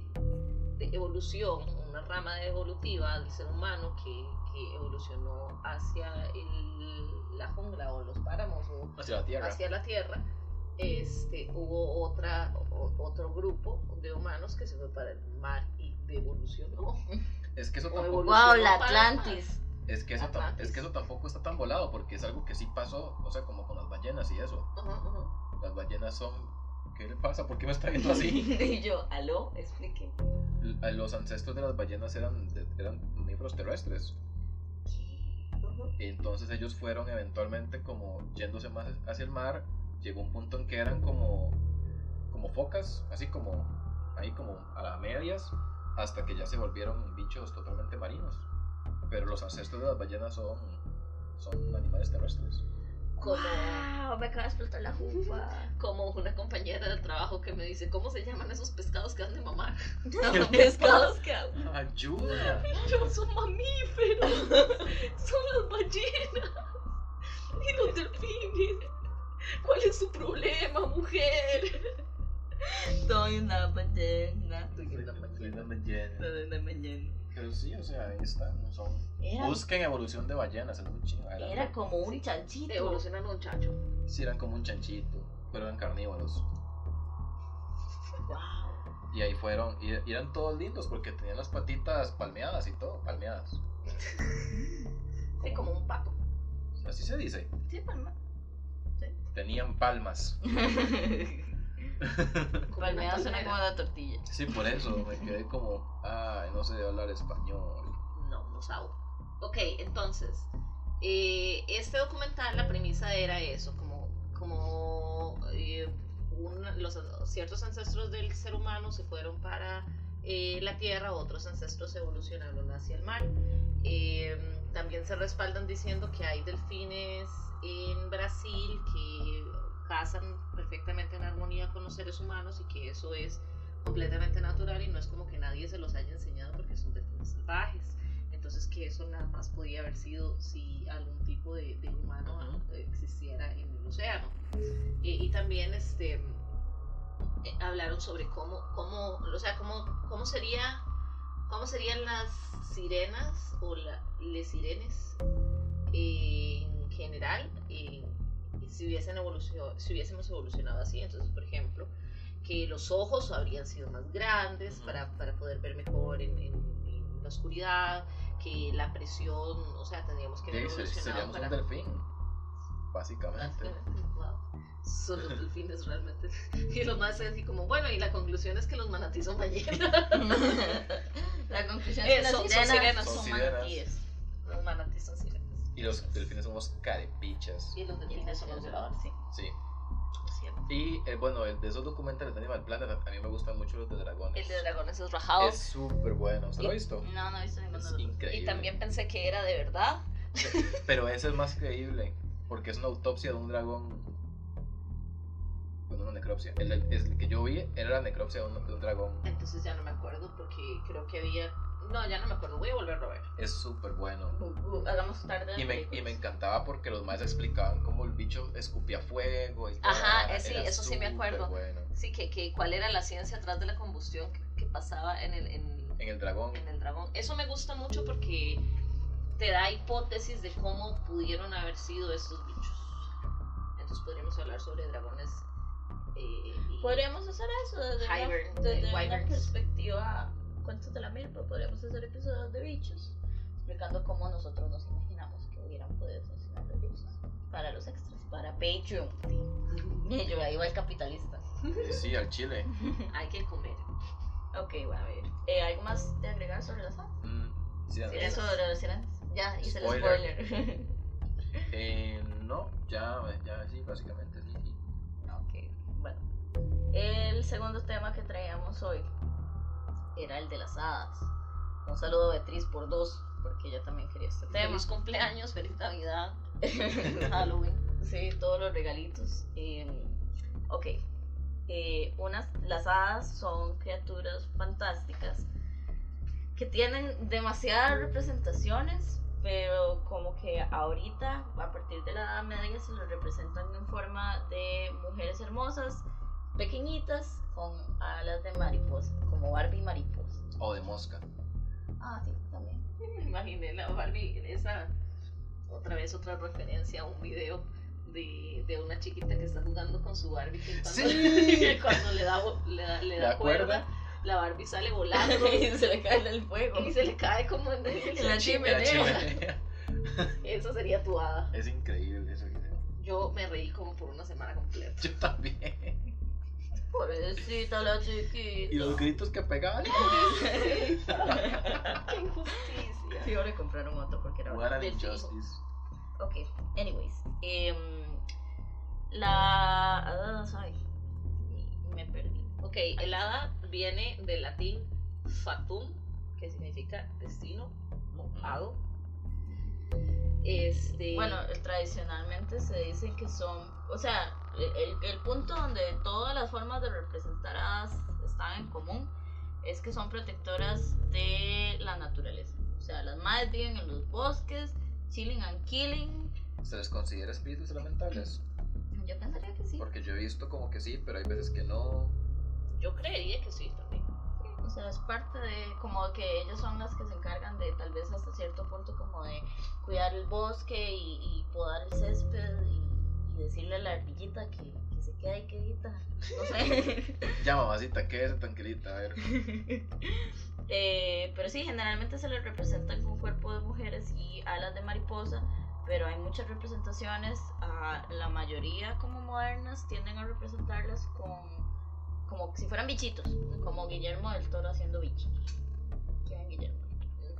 [SPEAKER 3] de evolución, una rama de evolutiva del ser humano que, que evolucionó hacia el- la jungla o los páramos o
[SPEAKER 2] Hacia la tierra.
[SPEAKER 3] hacia la Tierra, este, hubo otra, o- otro grupo de humanos que se fue para el mar y evolucionó.
[SPEAKER 2] Es que eso
[SPEAKER 3] O
[SPEAKER 2] tampoco.
[SPEAKER 3] evolucionó
[SPEAKER 1] Wow, la
[SPEAKER 3] para el
[SPEAKER 1] Atlantis.
[SPEAKER 2] Es que, eso tam-
[SPEAKER 3] Atlantis.
[SPEAKER 2] es que eso tampoco está tan volado, porque es algo que sí pasó, o sea, como con las ballenas y eso.
[SPEAKER 3] Ujú, ujú.
[SPEAKER 2] Las ballenas son... ¿Qué le pasa? ¿Por qué me está viendo
[SPEAKER 3] <laughs>
[SPEAKER 2] así?
[SPEAKER 1] <laughs> y yo, aló, explique.
[SPEAKER 2] L- a Los ancestros de las ballenas eran, de- eran mamíferos terrestres.
[SPEAKER 3] Ujú.
[SPEAKER 2] Entonces ellos fueron eventualmente como yéndose más hacia el mar. Llegó un punto en que eran como, como focas, así como ahí como a las medias, hasta que ya se volvieron bichos totalmente marinos. Pero los ancestros de las ballenas son, son animales terrestres.
[SPEAKER 3] Como-
[SPEAKER 1] Wow, me acaba de explotar la <laughs> jupa.
[SPEAKER 3] Como una compañera del trabajo que me dice, ¿cómo se llaman esos pescados que han de mamar?
[SPEAKER 1] Los pescados que hago.
[SPEAKER 2] <laughs> ¡Ayuda!
[SPEAKER 3] Yo,
[SPEAKER 1] <laughs>
[SPEAKER 3] son mamíferos, son las ballenas y los delfines. ¿Cuál es su problema, mujer?
[SPEAKER 1] Soy una ballena.
[SPEAKER 2] Soy una ballena.
[SPEAKER 1] Soy una ballena.
[SPEAKER 2] Pero sí, o sea, ahí está. no son-
[SPEAKER 1] Era,
[SPEAKER 2] Busquen evolución de ballenas, es muy chido. Eran-
[SPEAKER 1] era como un
[SPEAKER 3] Sí.
[SPEAKER 1] chanchito.
[SPEAKER 3] Evolucionan un chacho.
[SPEAKER 2] Sí, eran como un chanchito, pero eran carnívoros.
[SPEAKER 1] Wow.
[SPEAKER 2] Y ahí fueron, y, y eran todos lindos porque tenían las patitas palmeadas y todo, palmeadas.
[SPEAKER 3] Sí, como un pato.
[SPEAKER 2] Así se dice,
[SPEAKER 1] Sí,
[SPEAKER 3] pues,
[SPEAKER 1] palma. <laughs>
[SPEAKER 2] tenían palmas.
[SPEAKER 3] Como
[SPEAKER 1] Palmeada
[SPEAKER 3] una
[SPEAKER 1] suena como
[SPEAKER 3] palmera.
[SPEAKER 1] la
[SPEAKER 3] <laughs>
[SPEAKER 1] tortilla.
[SPEAKER 2] Sí, por eso me quedé como, ay, no sé hablar español.
[SPEAKER 3] No, no sabo. Ok, entonces, eh, este documental, la premisa era eso, como, como eh, un- los, ciertos ancestros del ser humano se fueron para eh, la Tierra, otros ancestros evolucionaron hacia el mar. Eh, también se respaldan diciendo que hay delfines en Brasil que casan perfectamente en armonía con los seres humanos y que eso es completamente natural y no es como que nadie se los haya enseñado porque son delfines salvajes. Entonces que eso nada más podía haber sido si algún tipo de, de humano
[SPEAKER 2] Ujú.
[SPEAKER 3] existiera en el océano. Eh, y también este, eh, hablaron sobre cómo, cómo, o sea, cómo, cómo sería... ¿Cómo serían las sirenas o la, les sirenes en general eh, si, hubiesen evolucio- si hubiésemos evolucionado así? Entonces, por ejemplo, que los ojos habrían sido más grandes
[SPEAKER 2] Ujú.
[SPEAKER 3] para, para poder ver mejor en, en- en la oscuridad, que la presión, o sea, tendríamos que haber
[SPEAKER 2] Sí, se-
[SPEAKER 3] evolucionado
[SPEAKER 2] seríamos
[SPEAKER 3] para...
[SPEAKER 2] un delfín, básicamente.
[SPEAKER 3] Wow.
[SPEAKER 2] <laughs>
[SPEAKER 3] Son los delfines realmente. <laughs> Y los más así como, bueno, y la conclusión es que los manatí son ballenas.
[SPEAKER 1] La conclusión es
[SPEAKER 3] Eh,
[SPEAKER 1] que las
[SPEAKER 3] son- son
[SPEAKER 1] sirenas
[SPEAKER 3] sirenas,
[SPEAKER 2] son
[SPEAKER 1] son
[SPEAKER 2] sirenas.
[SPEAKER 1] manatíes.
[SPEAKER 3] Los manatí son sirenas.
[SPEAKER 2] Y los delfines somos carepichas.
[SPEAKER 3] Y los delfines son los voladores.
[SPEAKER 1] sí.
[SPEAKER 2] Sí. Y eh, bueno, el- de esos documentales de Animal Planet, a mí me gustan mucho los de dragones.
[SPEAKER 3] El de dragones Mm, es rajado.
[SPEAKER 2] Es súper bueno, ¿se lo ha visto?
[SPEAKER 1] No, no he visto ninguno
[SPEAKER 2] Es
[SPEAKER 1] de los dos.
[SPEAKER 2] increíble.
[SPEAKER 3] Y también pensé que era de verdad.
[SPEAKER 2] Pero ese es más creíble, porque es una autopsia de un dragón. Bueno, una necropsia. El, es el que yo vi era la necropsia de un, de un dragón.
[SPEAKER 3] Entonces ya no me acuerdo porque creo que había. No, ya no me acuerdo. Voy a volverlo a ver.
[SPEAKER 2] Es súper bueno.
[SPEAKER 1] Uh, uh, Hagamos tarde.
[SPEAKER 2] Y me, y me encantaba porque los más explicaban cómo el bicho escupía fuego. Y toda
[SPEAKER 3] Ajá,
[SPEAKER 2] la vara.
[SPEAKER 3] eh, sí,
[SPEAKER 2] Era
[SPEAKER 3] eso sí me acuerdo.
[SPEAKER 2] superbueno.
[SPEAKER 3] Sí, que, que cuál era la ciencia atrás de la combustión que, que pasaba en el, en,
[SPEAKER 2] En el dragón.
[SPEAKER 3] en el dragón. Eso me gusta mucho porque te da hipótesis de cómo pudieron haber sido estos bichos. Entonces podríamos hablar sobre dragones. eh, y-
[SPEAKER 1] Podríamos hacer eso desde,
[SPEAKER 3] Hybrid,
[SPEAKER 1] una, desde
[SPEAKER 3] eh,
[SPEAKER 1] una
[SPEAKER 3] wyverns.
[SPEAKER 1] perspectiva cuentos de la milpa. Podríamos hacer episodios de bichos explicando cómo nosotros nos imaginamos que hubieran podido funcionar los bichos para los extras, para Patreon. <laughs> Sí. Yo ahí va el capitalista. <laughs>
[SPEAKER 2] Eh, Sí, al chile.
[SPEAKER 3] <laughs> Hay que comer.
[SPEAKER 1] Ok, bueno, a ver. Eh, ¿Algo más de agregar sobre las apps?
[SPEAKER 2] Mm, sí,
[SPEAKER 1] ¿Era
[SPEAKER 2] Andrés.
[SPEAKER 1] sobre las sirenas? Ya, hice
[SPEAKER 2] Spoiler.
[SPEAKER 1] el spoiler. <laughs>
[SPEAKER 2] Eh, no, ya, ya, sí, básicamente. sí, sí.
[SPEAKER 1] Ok, bueno. El segundo tema que traíamos hoy era el de las hadas. Un saludo a Beatriz por dos, porque ella también quería este tema.
[SPEAKER 3] Feliz cumpleaños, feliz Navidad,
[SPEAKER 1] <laughs>
[SPEAKER 3] Halloween.
[SPEAKER 1] Sí, todos los regalitos. Eh, ok. Eh, unas, las hadas son criaturas fantásticas que tienen demasiadas representaciones, pero como que ahorita, a partir de la Edad Media, se los representan en forma de mujeres hermosas, pequeñitas, con alas de mariposa, como Barbie mariposa.
[SPEAKER 2] O de mosca.
[SPEAKER 1] Ah, sí, también.
[SPEAKER 3] Me imaginé la Barbie, esa otra vez otra referencia a un video de, de una chiquita que está jugando con su Barbie que cuando,
[SPEAKER 2] Sí. <laughs>
[SPEAKER 3] que <laughs> cuando le da, vo- le da, le da
[SPEAKER 2] ¿La
[SPEAKER 3] cuerda,
[SPEAKER 2] cuerda?
[SPEAKER 3] la
[SPEAKER 2] <laughs>
[SPEAKER 3] Barbie sale
[SPEAKER 1] <laughs>
[SPEAKER 3] volando
[SPEAKER 1] se le cae el fuego.
[SPEAKER 3] y se le cae como en,
[SPEAKER 1] En la
[SPEAKER 3] chimenea.
[SPEAKER 2] Era chimenea.
[SPEAKER 4] Eso sería tu hada.
[SPEAKER 2] Es increíble eso que tengo.
[SPEAKER 4] Yo me reí como por una semana completa.
[SPEAKER 3] <laughs>
[SPEAKER 2] Yo también.
[SPEAKER 1] Pobrecita la chiquita.
[SPEAKER 2] Y los gritos que pegaban.
[SPEAKER 4] ¡Qué injusticia!
[SPEAKER 1] Sí, ahora compraron otro porque era
[SPEAKER 2] What an
[SPEAKER 1] del fijo.
[SPEAKER 2] injustice.
[SPEAKER 1] Ok, anyways. em, la. ah, ay, me perdí.
[SPEAKER 3] Ok, el hada viene del latín fatum, que significa destino o hado. Este,
[SPEAKER 1] Bueno, tradicionalmente se dice que son. O sea, el, el punto donde todas las formas de representar hadas están en común es que son protectoras de la naturaleza. O sea, las madres viven en los bosques, chilling and killing.
[SPEAKER 2] ¿Se les considera espíritus lamentables?
[SPEAKER 1] Yo pensaría que sí.
[SPEAKER 2] Porque yo he visto como que sí, pero hay veces que no.
[SPEAKER 3] yo creería que sí también.
[SPEAKER 1] O sea, es parte de como que ellas son las que se encargan de tal vez hasta cierto punto como de cuidar el bosque y, y podar el césped y, y decirle a la ardillita que, que se quede ahí quedita. No sé.
[SPEAKER 2] Ya, mamacita, quédese tranquilita. A ver.
[SPEAKER 1] Eh, pero sí, generalmente se les representa con cuerpo de mujeres y alas de mariposa, pero hay muchas representaciones, ah, la mayoría como modernas tienden a representarlas con como si fueran bichitos, como Guillermo del Toro haciendo bichitos. Quieren Guillermo,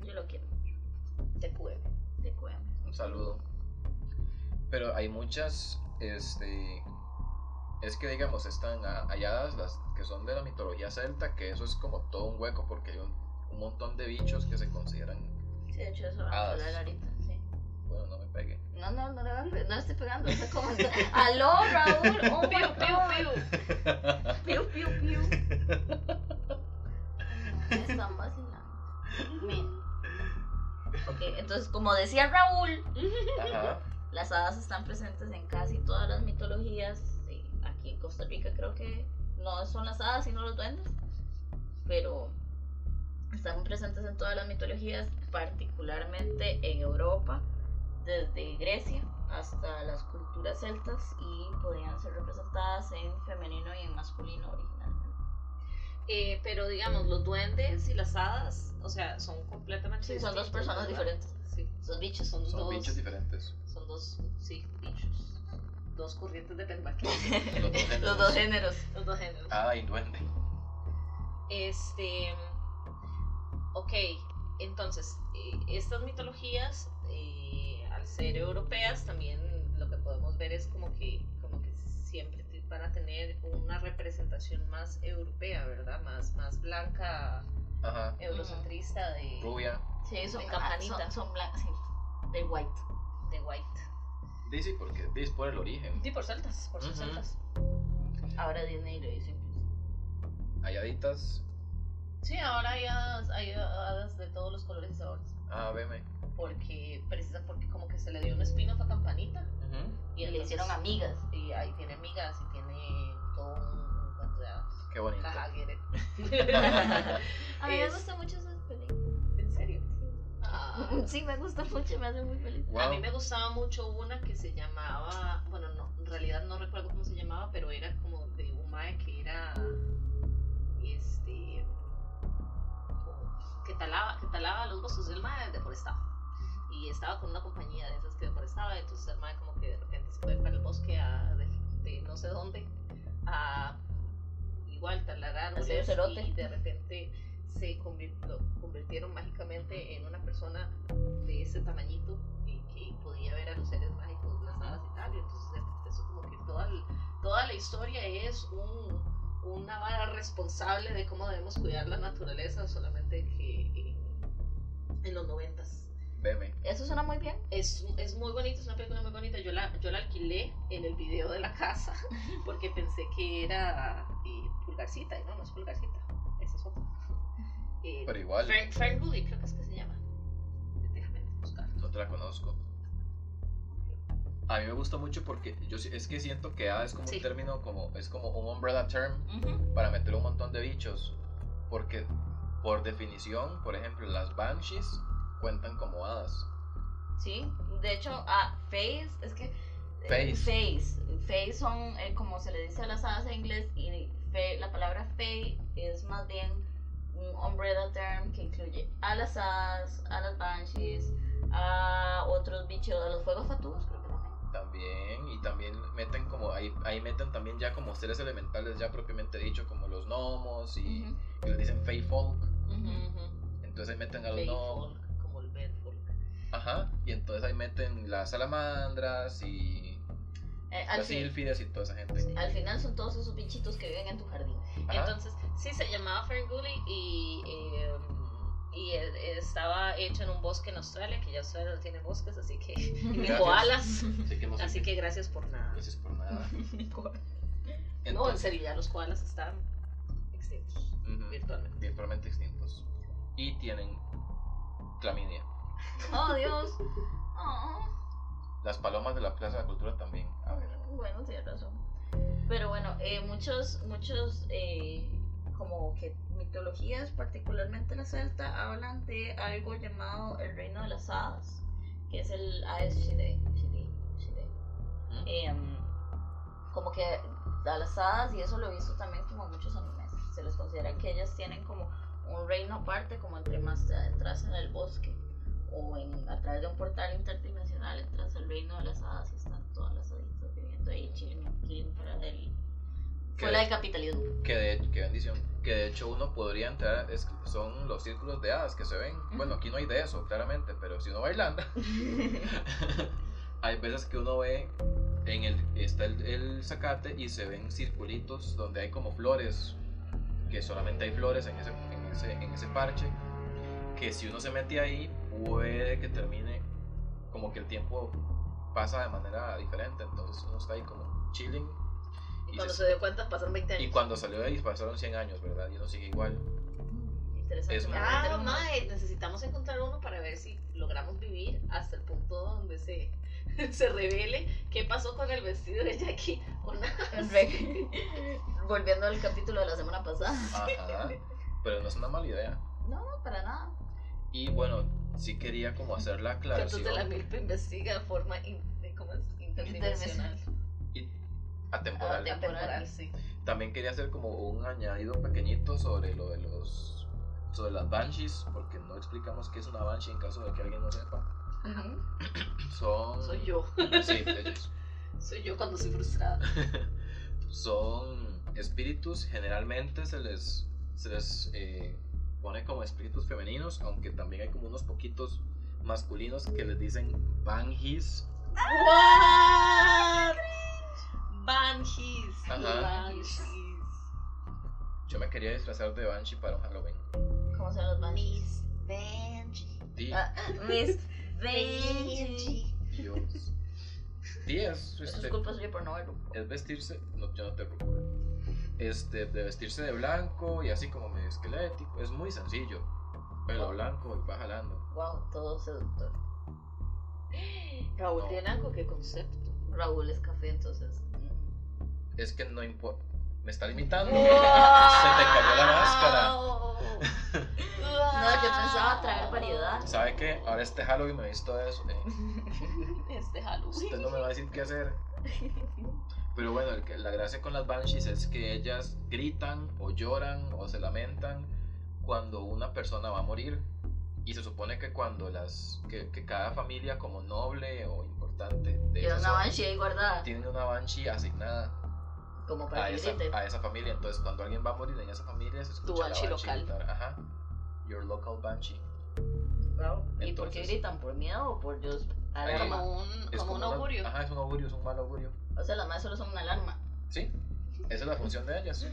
[SPEAKER 1] yo lo quiero,
[SPEAKER 4] Te pude.
[SPEAKER 1] de cueva.
[SPEAKER 2] Un saludo. Pero hay muchas, este, es que digamos, están a- halladas las que son de la mitología celta, que eso es como todo un hueco porque hay un, un montón de bichos que se consideran,
[SPEAKER 1] Sí, de hecho eso vamos a
[SPEAKER 2] Hadas.
[SPEAKER 1] hablar ahorita, sí.
[SPEAKER 2] bueno, no me pegué.
[SPEAKER 1] No, no, no, le van- no, le estoy pegando, está como... ¡Aló, Raúl! ¡Oh, my
[SPEAKER 3] Piu, piu,
[SPEAKER 1] God!
[SPEAKER 3] piu.
[SPEAKER 1] Piu, piu, piu. Me están vacilando. Ok, entonces, como decía Raúl,
[SPEAKER 2] Ajá.
[SPEAKER 1] las hadas están presentes en casi todas las mitologías. sí, aquí en Costa Rica creo que no son las hadas, sino los duendes. Pero están presentes en todas las mitologías, particularmente en Europa, desde Grecia hasta las culturas celtas y podían ser representadas en femenino y en masculino originalmente.
[SPEAKER 3] Eh, pero digamos, los duendes y las hadas, o sea, son completamente
[SPEAKER 1] Sí, son dos
[SPEAKER 3] distintos,
[SPEAKER 1] personas
[SPEAKER 3] ¿verdad?
[SPEAKER 1] diferentes.
[SPEAKER 3] Sí, son bichos, son,
[SPEAKER 2] Son
[SPEAKER 3] dos.
[SPEAKER 2] bichos
[SPEAKER 3] <laughs>
[SPEAKER 2] diferentes.
[SPEAKER 3] Son dos, sí, bichos.
[SPEAKER 4] Dos corrientes de
[SPEAKER 3] <laughs>
[SPEAKER 4] penbaqueo.
[SPEAKER 2] Los
[SPEAKER 1] Los dos
[SPEAKER 2] dos géneros.
[SPEAKER 1] géneros.
[SPEAKER 3] Los dos géneros.
[SPEAKER 2] Ah, y duende.
[SPEAKER 3] Este. Ok, entonces, eh, estas mitologías, eh, al ser europeas, también lo que podemos ver es como que, como que siempre te- van a tener una representación más europea, ¿verdad? Más, más blanca,
[SPEAKER 2] Ajá.
[SPEAKER 3] eurocentrista de,
[SPEAKER 2] Rubia.
[SPEAKER 1] Sí, son
[SPEAKER 3] De
[SPEAKER 1] campanita.
[SPEAKER 3] campanita.
[SPEAKER 1] Son, son blancas, sí. De white.
[SPEAKER 3] de white.
[SPEAKER 2] Dice porque dice por el origen.
[SPEAKER 3] Sí, por celtas, por ser
[SPEAKER 2] Ujú.
[SPEAKER 3] celtas.
[SPEAKER 1] Ahora Disney lo dice.
[SPEAKER 2] Halladitas.
[SPEAKER 4] Sí, ahora hay hadas, hay hadas de todos los colores y sabores.
[SPEAKER 2] Ah, veme.
[SPEAKER 4] Porque, precisa porque como que se le dio un spin-off a Campanita.
[SPEAKER 1] Y le
[SPEAKER 4] entonces-
[SPEAKER 1] hicieron <laughs> amigas.
[SPEAKER 4] Y ahí tiene amigas y tiene todo un, un cuento de hadas.
[SPEAKER 2] Qué bonito.
[SPEAKER 4] Jaja, get it.
[SPEAKER 1] <laughs>
[SPEAKER 3] <laughs>
[SPEAKER 1] A
[SPEAKER 4] mí me
[SPEAKER 1] gustan mucho esas películas.
[SPEAKER 4] ¿En serio? Ah.
[SPEAKER 1] <laughs> Sí, me gusta mucho, me hace muy feliz.
[SPEAKER 3] A
[SPEAKER 2] Wow.
[SPEAKER 3] mí me gustaba mucho una que se llamaba, bueno, no, en realidad no recuerdo cómo se llamaba, pero era como de un mae que era, este, como que talaba, que talaba los bosques, el mae deforestaba. Y estaba con una compañía de esas que deforestaba, entonces el mae como que de repente se fue para el bosque a, de, de no sé dónde, a igual talar árboles
[SPEAKER 1] cerote.
[SPEAKER 3] y de repente se convir- lo convirtieron mágicamente en una persona de ese tamañito y que podía ver a los seres mágicos, las hadas y tal. Y entonces, de- eso como que toda, el- toda la historia es un, una vara responsable de cómo debemos cuidar la naturaleza, solamente que eh, en los noventas.
[SPEAKER 2] Veme.
[SPEAKER 1] Eso suena muy bien.
[SPEAKER 3] Es, es muy bonito, es una película muy bonita. Yo la, yo la alquilé en el video de la casa porque pensé que era eh, Pulgarcita, y no, no es Pulgarcita, esa es otra. Eh,
[SPEAKER 2] Pero igual.
[SPEAKER 3] Frank, Frank Gully, creo que es que se llama. Déjame buscar.
[SPEAKER 2] No te la conozco. A mí me gusta mucho porque yo si- es que siento que A es como
[SPEAKER 3] Sí.
[SPEAKER 2] un término, como es como un umbrella term para meter un montón de bichos. Porque por definición, por ejemplo, las banshees cuentan como hadas.
[SPEAKER 1] Sí, de hecho, a Face, es que. eh,
[SPEAKER 2] Fays.
[SPEAKER 1] Face. Face son, eh, como se le dice a las hadas en inglés, y fe- la palabra Fae es más bien un umbrella term que incluye a las hadas, a las banshees, a otros bichos, a los fuegos fatuos, creo que también.
[SPEAKER 2] También, y también meten como, ahí, ahí meten también ya como seres elementales ya propiamente dicho, como los gnomos y
[SPEAKER 1] Ujú.
[SPEAKER 2] que les dicen Fey Folk.
[SPEAKER 3] Ujú, ujú.
[SPEAKER 2] Entonces ahí meten a los
[SPEAKER 3] Fey
[SPEAKER 2] gnomos.
[SPEAKER 3] folk, como el bed folk.
[SPEAKER 2] Ajá, y entonces ahí meten las salamandras y
[SPEAKER 1] Eh, al,
[SPEAKER 2] las
[SPEAKER 1] fin-
[SPEAKER 2] sílfides y toda esa gente.
[SPEAKER 1] al final son todos esos bichitos que viven en tu jardín. <laughs>
[SPEAKER 2] Ajá.
[SPEAKER 3] Entonces, sí se llamaba Ferngully y, eh, y eh, estaba hecho en un bosque en Australia, que ya Australia no tiene bosques, así que.
[SPEAKER 2] Gracias.
[SPEAKER 3] ni
[SPEAKER 2] Pues
[SPEAKER 3] koalas.
[SPEAKER 2] Así que no sé
[SPEAKER 3] Así
[SPEAKER 2] qué-
[SPEAKER 3] que gracias por nada.
[SPEAKER 2] Gracias por
[SPEAKER 3] <laughs>
[SPEAKER 2] nada.
[SPEAKER 3] No, en
[SPEAKER 2] Entonces,
[SPEAKER 3] serio, ya los koalas están extintos
[SPEAKER 2] ujú,
[SPEAKER 3] virtualmente.
[SPEAKER 2] virtualmente extintos. Y tienen clamidia.
[SPEAKER 1] Oh, Dios. Oh,
[SPEAKER 2] Las palomas de la Plaza de la Cultura también. A ver.
[SPEAKER 1] bueno, tienes razón. Pero bueno, eh, muchos, muchos, eh, como que mitologías, particularmente la celta, hablan de algo llamado el reino de las hadas, que es el Aes Shirei. Shirei- Shirei.
[SPEAKER 2] ¿Mm?
[SPEAKER 1] em, como que a las hadas, y eso lo he visto también como en muchos animes, se les considera que ellas tienen como un reino aparte, como entre más te adentras en el bosque o en, a través de un portal interdimensional entras al reino de las hadas y están todas las haditas viviendo ahí, chilling, chilling fuera del,
[SPEAKER 2] ¿Qué
[SPEAKER 1] fuera
[SPEAKER 2] es?
[SPEAKER 1] del capitalismo.
[SPEAKER 2] Que de qué bendición. Que de hecho uno podría entrar, es- son los círculos de hadas que se ven. Bueno, aquí no hay de eso, claramente, pero si uno va a Irlanda, <laughs> hay veces que uno ve, en el, está el, el zacate y se ven circulitos donde hay como flores, que solamente hay flores en ese, en ese, en ese parche, que si uno se mete ahí puede que termine como que el tiempo pasa de manera diferente, entonces uno está ahí como chilling.
[SPEAKER 4] Y
[SPEAKER 2] y
[SPEAKER 4] cuando
[SPEAKER 2] se-
[SPEAKER 4] se dio cuenta, pasaron 20
[SPEAKER 2] y
[SPEAKER 4] años.
[SPEAKER 2] cuando salió de ahí pasaron 100 años, ¿verdad? Y uno sigue igual.
[SPEAKER 1] Interesante.
[SPEAKER 2] Es
[SPEAKER 1] me
[SPEAKER 2] una-
[SPEAKER 1] voy a meter
[SPEAKER 4] Ah,
[SPEAKER 1] en unos-
[SPEAKER 4] mae, necesitamos encontrar uno para ver si logramos vivir hasta el punto donde se, <laughs> se revele qué pasó con el vestido de Jackie con <laughs> hadas.
[SPEAKER 1] Re- <laughs> Volviendo al capítulo de la semana pasada.
[SPEAKER 4] <laughs>
[SPEAKER 2] Ajá. Pero no es una mala idea.
[SPEAKER 1] No, para nada.
[SPEAKER 2] Y bueno, sí quería como hacer la
[SPEAKER 4] Entonces
[SPEAKER 2] aclaración.
[SPEAKER 4] la milpa investiga de forma in- de- ¿cómo es? interdimensional.
[SPEAKER 2] y- atemporal.
[SPEAKER 1] Atem-
[SPEAKER 4] Temporal, sí.
[SPEAKER 2] También quería hacer como un añadido pequeñito sobre lo de los sobre las banshees, porque no explicamos qué es una banshee en caso de que alguien no sepa. <clears throat>
[SPEAKER 4] Ujú.
[SPEAKER 2] Son
[SPEAKER 4] Soy yo,
[SPEAKER 2] Sí, ellos.
[SPEAKER 4] soy yo cuando soy
[SPEAKER 2] <laughs>
[SPEAKER 4] frustrada.
[SPEAKER 2] Son espíritus, generalmente se les, se les eh, pone como espíritus femeninos, aunque también hay como unos poquitos masculinos que les dicen banjis.
[SPEAKER 3] What? Banshees.
[SPEAKER 2] Ajá.
[SPEAKER 3] Banshees.
[SPEAKER 2] Yo me quería disfrazar de banshee para un Halloween.
[SPEAKER 1] ¿Cómo se los banshees?
[SPEAKER 2] Di-
[SPEAKER 1] Ah, Miss Benji.
[SPEAKER 2] Dios. Di es,
[SPEAKER 1] <laughs> Eso
[SPEAKER 2] este,
[SPEAKER 1] es culpa suya por no verlo.
[SPEAKER 2] es vestirse. No, yo no te preocupes. Este, de vestirse de blanco y así como medio esquelético. Es muy sencillo. Pelo blanco y va jalando.
[SPEAKER 1] Wow, todo seductor.
[SPEAKER 4] Raúl Dienanco, qué
[SPEAKER 3] <laughs>
[SPEAKER 4] concepto.
[SPEAKER 1] Raúl es café, entonces. mm,
[SPEAKER 2] Es que no importa. Me está
[SPEAKER 1] <laughs>
[SPEAKER 2] limitando.
[SPEAKER 3] Wow.
[SPEAKER 2] cayó la máscara.
[SPEAKER 1] No, yo pensaba traer variedad.
[SPEAKER 2] ¿Sabe qué? Ahora este Halloween me he visto de eso. eh.
[SPEAKER 3] <laughs> Este Halloween.
[SPEAKER 2] Usted no me va a decir qué
[SPEAKER 3] <laughs>
[SPEAKER 2] hacer. Pero bueno, el que- la gracia con las banshees es que ellas gritan o lloran o se lamentan cuando una persona va a morir. Y se supone que cuando las que, que cada familia como noble o importante de
[SPEAKER 1] Lleva
[SPEAKER 2] esa
[SPEAKER 1] una
[SPEAKER 2] zona
[SPEAKER 1] banshee ahí guardada.
[SPEAKER 2] tiene una banshee asignada
[SPEAKER 1] Como para
[SPEAKER 2] a
[SPEAKER 1] que
[SPEAKER 2] esa,
[SPEAKER 1] grite.
[SPEAKER 2] a esa familia. Entonces cuando alguien va a morir en esa familia se escucha la
[SPEAKER 3] banshee
[SPEAKER 2] banshee
[SPEAKER 3] local.
[SPEAKER 2] gritar. Ajá. Your local banshee.
[SPEAKER 1] Wow. ¿Y por qué
[SPEAKER 2] Entonces-
[SPEAKER 1] gritan? ¿Por miedo o por Dios? Alarma.
[SPEAKER 3] Como un,
[SPEAKER 2] Es
[SPEAKER 3] como un
[SPEAKER 2] una-
[SPEAKER 3] augurio.
[SPEAKER 2] Ajá, es un augurio, es un mal augurio.
[SPEAKER 1] O sea, las madres solo son una alarma. <laughs>
[SPEAKER 2] Sí, esa es la función de ellas.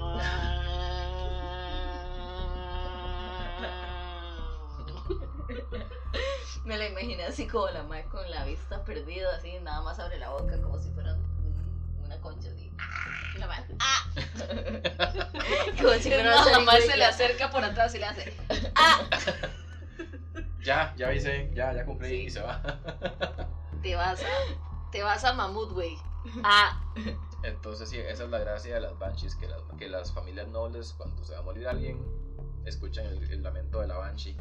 [SPEAKER 2] Ah.
[SPEAKER 1] Me la imaginé así como la madre con la vista perdida, así nada más abre la boca como si fuera un- una concha así. Y La madre. ¡Ah! como si
[SPEAKER 3] <laughs>
[SPEAKER 1] fuera una
[SPEAKER 3] Nada más se le
[SPEAKER 1] zarigüeya.
[SPEAKER 3] acerca por atrás y le hace.
[SPEAKER 2] Ya, ya hice, ya, ya cumplí y se va. <laughs>
[SPEAKER 3] Te vas a, te vas a Mamut, güey. Ah,
[SPEAKER 2] Entonces, sí, esa es la gracia de las banshees, que las, que las familias nobles, cuando se va a morir alguien, escuchan el, el lamento de la banshee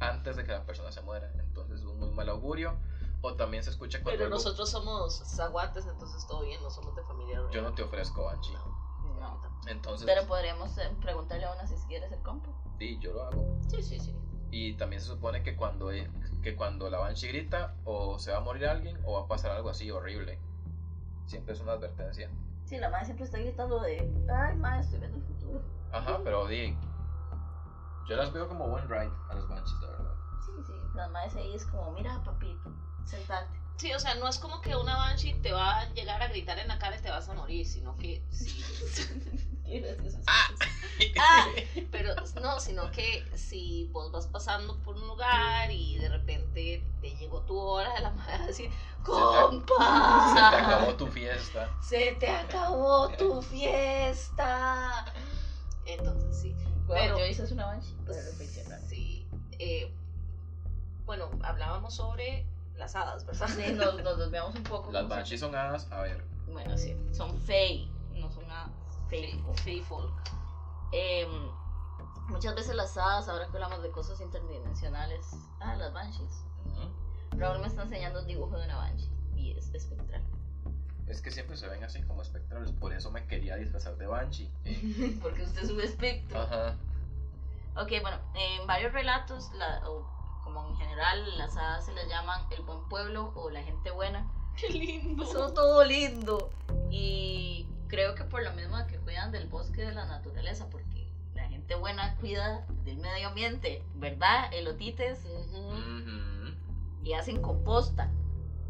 [SPEAKER 2] antes de que la persona se muera. Entonces, es un muy mal augurio. O también se escucha cuando.
[SPEAKER 3] pero
[SPEAKER 2] algo-
[SPEAKER 3] nosotros somos zaguates, entonces todo bien, no somos de familia real.
[SPEAKER 2] Yo no te ofrezco banshee.
[SPEAKER 1] No.
[SPEAKER 2] Entonces,
[SPEAKER 1] Pero podríamos eh, preguntarle a una si quiere ser compa.
[SPEAKER 2] sí, yo lo hago.
[SPEAKER 3] Sí, sí, sí.
[SPEAKER 2] Y también se supone que cuando, e- que cuando la Banshee grita o se va a morir alguien o va a pasar algo así horrible. Siempre es una advertencia.
[SPEAKER 1] Sí, la madre siempre está gritando de, ay, madre, estoy viendo el futuro.
[SPEAKER 2] Ajá, pero di, yo las veo como buen ride a las Banshees, la verdad.
[SPEAKER 1] Sí, sí, la madre ahí es como, mira, papito, sentate. <laughs>
[SPEAKER 3] Sí, o sea, no es como que una Banshee te va a llegar a gritar en la cara y te vas a morir, sino que <laughs> sí. Ah, pero no, sino que si vos vas pasando por un lugar y de repente te llegó tu hora de la madre así, compa,
[SPEAKER 2] Se te acabó tu fiesta.
[SPEAKER 3] se te acabó tu fiesta. Entonces sí,
[SPEAKER 1] pero
[SPEAKER 3] Pero-
[SPEAKER 1] yo hice una banshee, pero reflexionar.
[SPEAKER 3] sí. eh, bueno, hablábamos sobre las hadas, ¿verdad?
[SPEAKER 1] Sí, nos, nos desviamos un poco.
[SPEAKER 2] <laughs> Las
[SPEAKER 1] como
[SPEAKER 2] Banshees son hadas, a ver,
[SPEAKER 1] si- Bueno, sí, son fey, no son nada fey.
[SPEAKER 3] Fae folk.
[SPEAKER 1] Em, muchas veces las hadas, ahora que hablamos de cosas interdimensionales, ah, las banshees.
[SPEAKER 2] ujú,
[SPEAKER 1] Raúl me está enseñando un dibujo de una banshee y es espectral.
[SPEAKER 2] es que siempre se ven así como espectrales, por eso me quería disfrazar de Banshee.
[SPEAKER 1] <laughs> Porque usted es un espectro.
[SPEAKER 2] Ajá.
[SPEAKER 1] Ok, bueno, en varios relatos, la- o como en general, las hadas se les llaman el buen pueblo o la gente buena.
[SPEAKER 3] Qué lindo.
[SPEAKER 1] Son todo lindo. Y creo que por lo mismo de que cuidan del bosque y de la naturaleza, porque la gente buena cuida del medio ambiente, ¿verdad? Elotites
[SPEAKER 3] Ujú.
[SPEAKER 2] Ujú.
[SPEAKER 1] y hacen composta.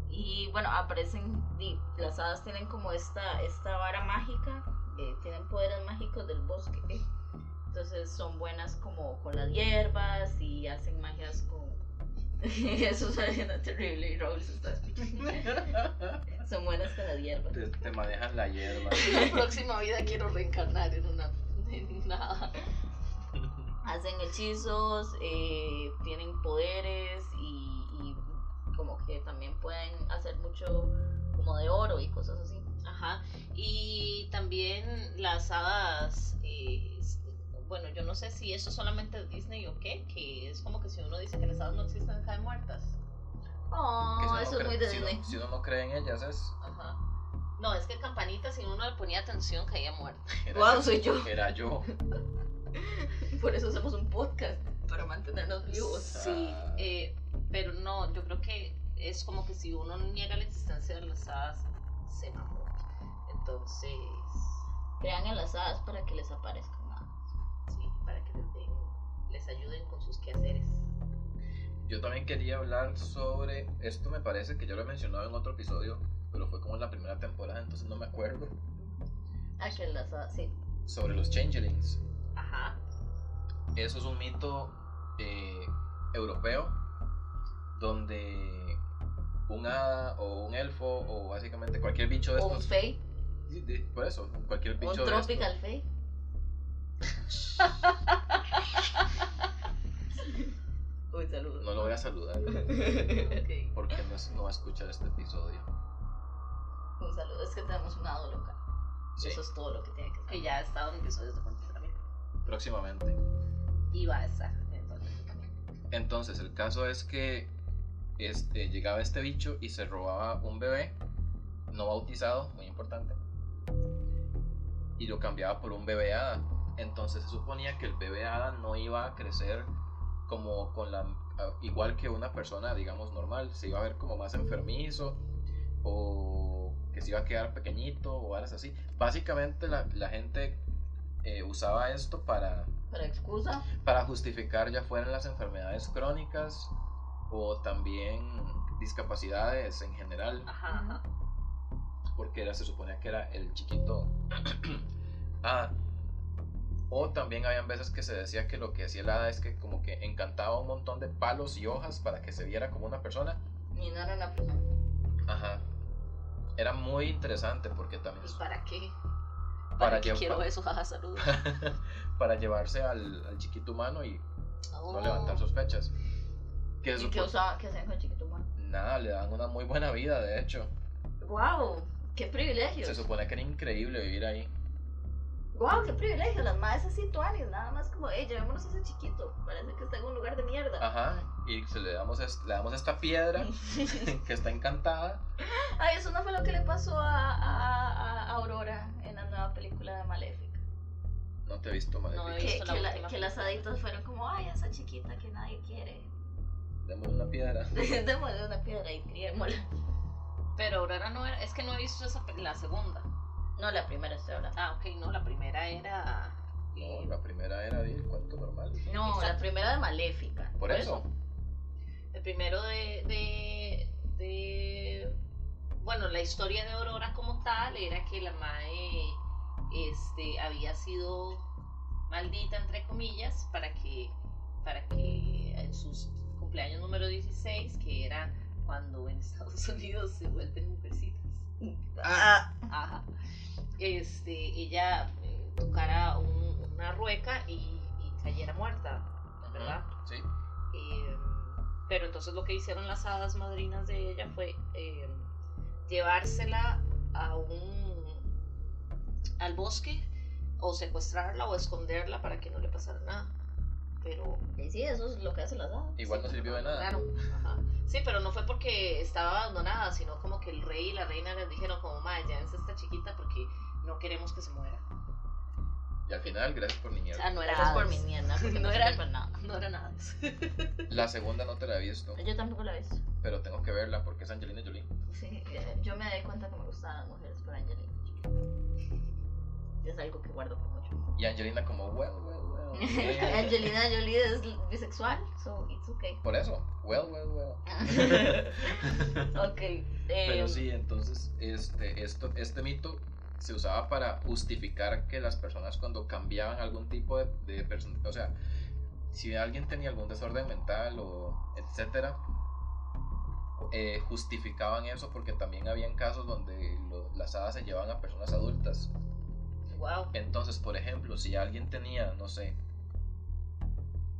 [SPEAKER 1] Y bueno, aparecen, y las hadas tienen como esta, esta vara mágica, eh, tienen poderes mágicos del bosque. ¿eh? Entonces son buenas como con las hierbas y hacen magias con... <laughs> Eso suena terrible y Raúl se está escuchando. Son buenas con las hierbas.
[SPEAKER 2] Te, te manejan la hierba.
[SPEAKER 3] Mi próxima vida quiero reencarnar en una en nada.
[SPEAKER 1] hacen hechizos, eh, tienen poderes y, y como que también pueden hacer mucho como de oro y cosas así.
[SPEAKER 3] Ajá. Y también las hadas, eh, es- bueno, yo no sé si eso solamente es Disney o qué, que es como que si uno dice que las hadas no existen, caen muertas.
[SPEAKER 2] Que si
[SPEAKER 1] Oh,
[SPEAKER 2] uno
[SPEAKER 1] eso
[SPEAKER 2] no
[SPEAKER 1] es
[SPEAKER 2] cre-
[SPEAKER 1] muy de
[SPEAKER 2] si uno-
[SPEAKER 1] Disney.
[SPEAKER 2] si uno no cree en ellas, es.
[SPEAKER 3] Ajá. No, es que campanita, si uno le ponía atención, caía muerta.
[SPEAKER 2] era
[SPEAKER 1] Guau,
[SPEAKER 2] yo.
[SPEAKER 1] soy yo.
[SPEAKER 2] Era yo.
[SPEAKER 1] <laughs> Por eso hacemos un podcast, para mantenernos vivos.
[SPEAKER 3] Sí, eh, pero no, yo creo que es como que si uno niega la existencia de las hadas, se mamó. Entonces,
[SPEAKER 1] Crean en las hadas para que les aparezcan. nada.
[SPEAKER 3] sí, para que les, den- les ayuden con sus quehaceres.
[SPEAKER 2] Yo también quería hablar sobre. Esto me parece que yo lo he mencionado en otro episodio, pero fue como en la primera temporada, entonces no me acuerdo.
[SPEAKER 1] Ah, que las hadas, sí.
[SPEAKER 2] Sobre los changelings.
[SPEAKER 3] Ajá.
[SPEAKER 2] Eso es un mito eh, europeo donde un hada o un elfo o básicamente cualquier bicho de
[SPEAKER 1] O un
[SPEAKER 2] estos.
[SPEAKER 1] fey,
[SPEAKER 2] Sí, de- Por eso, cualquier
[SPEAKER 1] o
[SPEAKER 2] bicho
[SPEAKER 1] un
[SPEAKER 2] de estos-
[SPEAKER 1] tropical <laughs>
[SPEAKER 2] <laughs>
[SPEAKER 1] fey. Uy, saludos.
[SPEAKER 2] No lo voy a saludar
[SPEAKER 3] Ok.
[SPEAKER 2] porque no, es- no va a escuchar este episodio.
[SPEAKER 1] Un saludo, es que tenemos un hado local.
[SPEAKER 2] Sí,
[SPEAKER 1] Eso es todo lo que tiene que
[SPEAKER 3] Que
[SPEAKER 1] saber.
[SPEAKER 3] ya ha estado en episodios de también.
[SPEAKER 2] próximamente.
[SPEAKER 3] Y va a estar en Contestación.
[SPEAKER 2] Entonces, el caso es que este, llegaba este bicho y se robaba un bebé no bautizado, muy importante, y lo cambiaba por un bebé hada. Entonces se suponía que el bebé hada no iba a crecer como con la a- igual que una persona, digamos, normal, se iba a ver como más enfermizo o que se iba a quedar pequeñito o algo así. Básicamente la, la gente eh, usaba esto para
[SPEAKER 1] Para excusa,
[SPEAKER 2] para justificar ya fueran las enfermedades crónicas o también discapacidades en general,
[SPEAKER 3] Ajá, ajá.
[SPEAKER 2] porque era, se suponía que era el chiquito. <clears throat> ah, o también habían veces que se decía que lo que hacía el hada es que como que encantaba un montón de palos y hojas para que se viera como una persona.
[SPEAKER 1] ni no era una persona.
[SPEAKER 2] Ajá. Era muy interesante porque también
[SPEAKER 3] ¿Y
[SPEAKER 2] es
[SPEAKER 3] Pues, para qué? ¿Para,
[SPEAKER 2] Para
[SPEAKER 3] qué
[SPEAKER 2] llevar-
[SPEAKER 3] quiero eso? <laughs> Jaja, saludos.
[SPEAKER 2] para llevarse al, al chiquito humano y no
[SPEAKER 3] Oh.
[SPEAKER 2] levantar sospechas. Que se
[SPEAKER 1] ¿Y qué
[SPEAKER 2] supo-
[SPEAKER 1] usaba? ¿Qué hacían con Chiquito Humano?
[SPEAKER 2] Nada, le dan una muy buena vida, de hecho.
[SPEAKER 1] ¡Wow! ¡Qué privilegio!
[SPEAKER 2] Se supone que era increíble vivir ahí.
[SPEAKER 1] ¡Wow! ¡Qué privilegio! Las madres así tuanis, nada más como, ella llevémonos a ese chiquito. Parece que está en un lugar de mierda.
[SPEAKER 2] Ajá. Y se le damos, es- le damos
[SPEAKER 1] <laughs>
[SPEAKER 2] esta piedra que está encantada.
[SPEAKER 1] Ay, eso no fue lo que le pasó a, a- a Aurora en la nueva película de Maléfica.
[SPEAKER 2] No te he visto,
[SPEAKER 3] No,
[SPEAKER 2] Maléfica.
[SPEAKER 3] he
[SPEAKER 1] Que,
[SPEAKER 3] visto la
[SPEAKER 1] que la-
[SPEAKER 3] última
[SPEAKER 1] que las
[SPEAKER 3] película.
[SPEAKER 1] adictas fueron como, ay, esa chiquita que nadie quiere. <laughs>
[SPEAKER 2] Demos una piedra.
[SPEAKER 1] Démosle una piedra y criémosla.
[SPEAKER 3] Pero Aurora no era, es que no he visto esa, pe- la segunda.
[SPEAKER 1] No, la primera estoy hablando.
[SPEAKER 3] Ah, ok, no, la primera era... eh,
[SPEAKER 2] No, la primera era del cuento normal.
[SPEAKER 1] No, la
[SPEAKER 3] Exacto.
[SPEAKER 1] primera de Maléfica. Pues,
[SPEAKER 2] Por eso.
[SPEAKER 3] El primero de, de, de- Bueno, la historia de Aurora como tal era que la Mae este, había sido maldita, entre comillas, para que, para que en sus cumpleaños número 16, que era cuando en Estados <laughs> Unidos se vuelven mujercitas.
[SPEAKER 1] Ah,
[SPEAKER 3] Ajá. Este, ella eh, tocara un- una rueca y, y cayera muerta, ¿verdad?
[SPEAKER 2] Sí.
[SPEAKER 3] Eh, pero entonces lo que hicieron las hadas madrinas de ella fue eh, llevársela a un al bosque o secuestrarla o esconderla para que no le pasara nada. Pero
[SPEAKER 1] y sí, eso es lo que hacen las hadas.
[SPEAKER 2] Igual no sirvió de nada.
[SPEAKER 3] claro, ajá. Sí, pero no fue porque estaba abandonada, sino como que el rey y la reina les dijeron como, ma, llévense a esta chiquita porque no queremos que se muera.
[SPEAKER 2] Y al final, gracias por
[SPEAKER 3] O
[SPEAKER 2] niñar.
[SPEAKER 3] sea, no era
[SPEAKER 1] Gracias por
[SPEAKER 3] hadas,
[SPEAKER 1] mi mierda, <laughs> porque
[SPEAKER 3] No
[SPEAKER 1] no
[SPEAKER 3] era-
[SPEAKER 1] era para nada.
[SPEAKER 3] <laughs> No eran hadas.
[SPEAKER 2] La segunda no te la he visto,
[SPEAKER 1] Yo tampoco la he visto.
[SPEAKER 2] pero tengo que verla porque es Angelina Jolie.
[SPEAKER 1] Sí, eh, yo me di cuenta que me gustaban las mujeres por Angelina Jolie. Es algo que guardo con mucho. amor.
[SPEAKER 2] Y Angelina como, well, well, well. eh".
[SPEAKER 1] <laughs> Angelina Jolie es bisexual, so it's
[SPEAKER 3] <laughs>
[SPEAKER 1] okay.
[SPEAKER 2] Por eso, well, well, well.
[SPEAKER 1] <laughs> ok. eh,
[SPEAKER 3] Em,
[SPEAKER 2] Pero sí, entonces este, esto, este mito se usaba para justificar que las personas cuando cambiaban algún tipo de, de persona, o sea, si alguien tenía algún desorden mental o etcétera, eh, justificaban eso porque también habían casos donde lo- las hadas se llevaban a personas adultas.
[SPEAKER 3] wow.
[SPEAKER 2] Entonces, por ejemplo, si alguien tenía, no sé,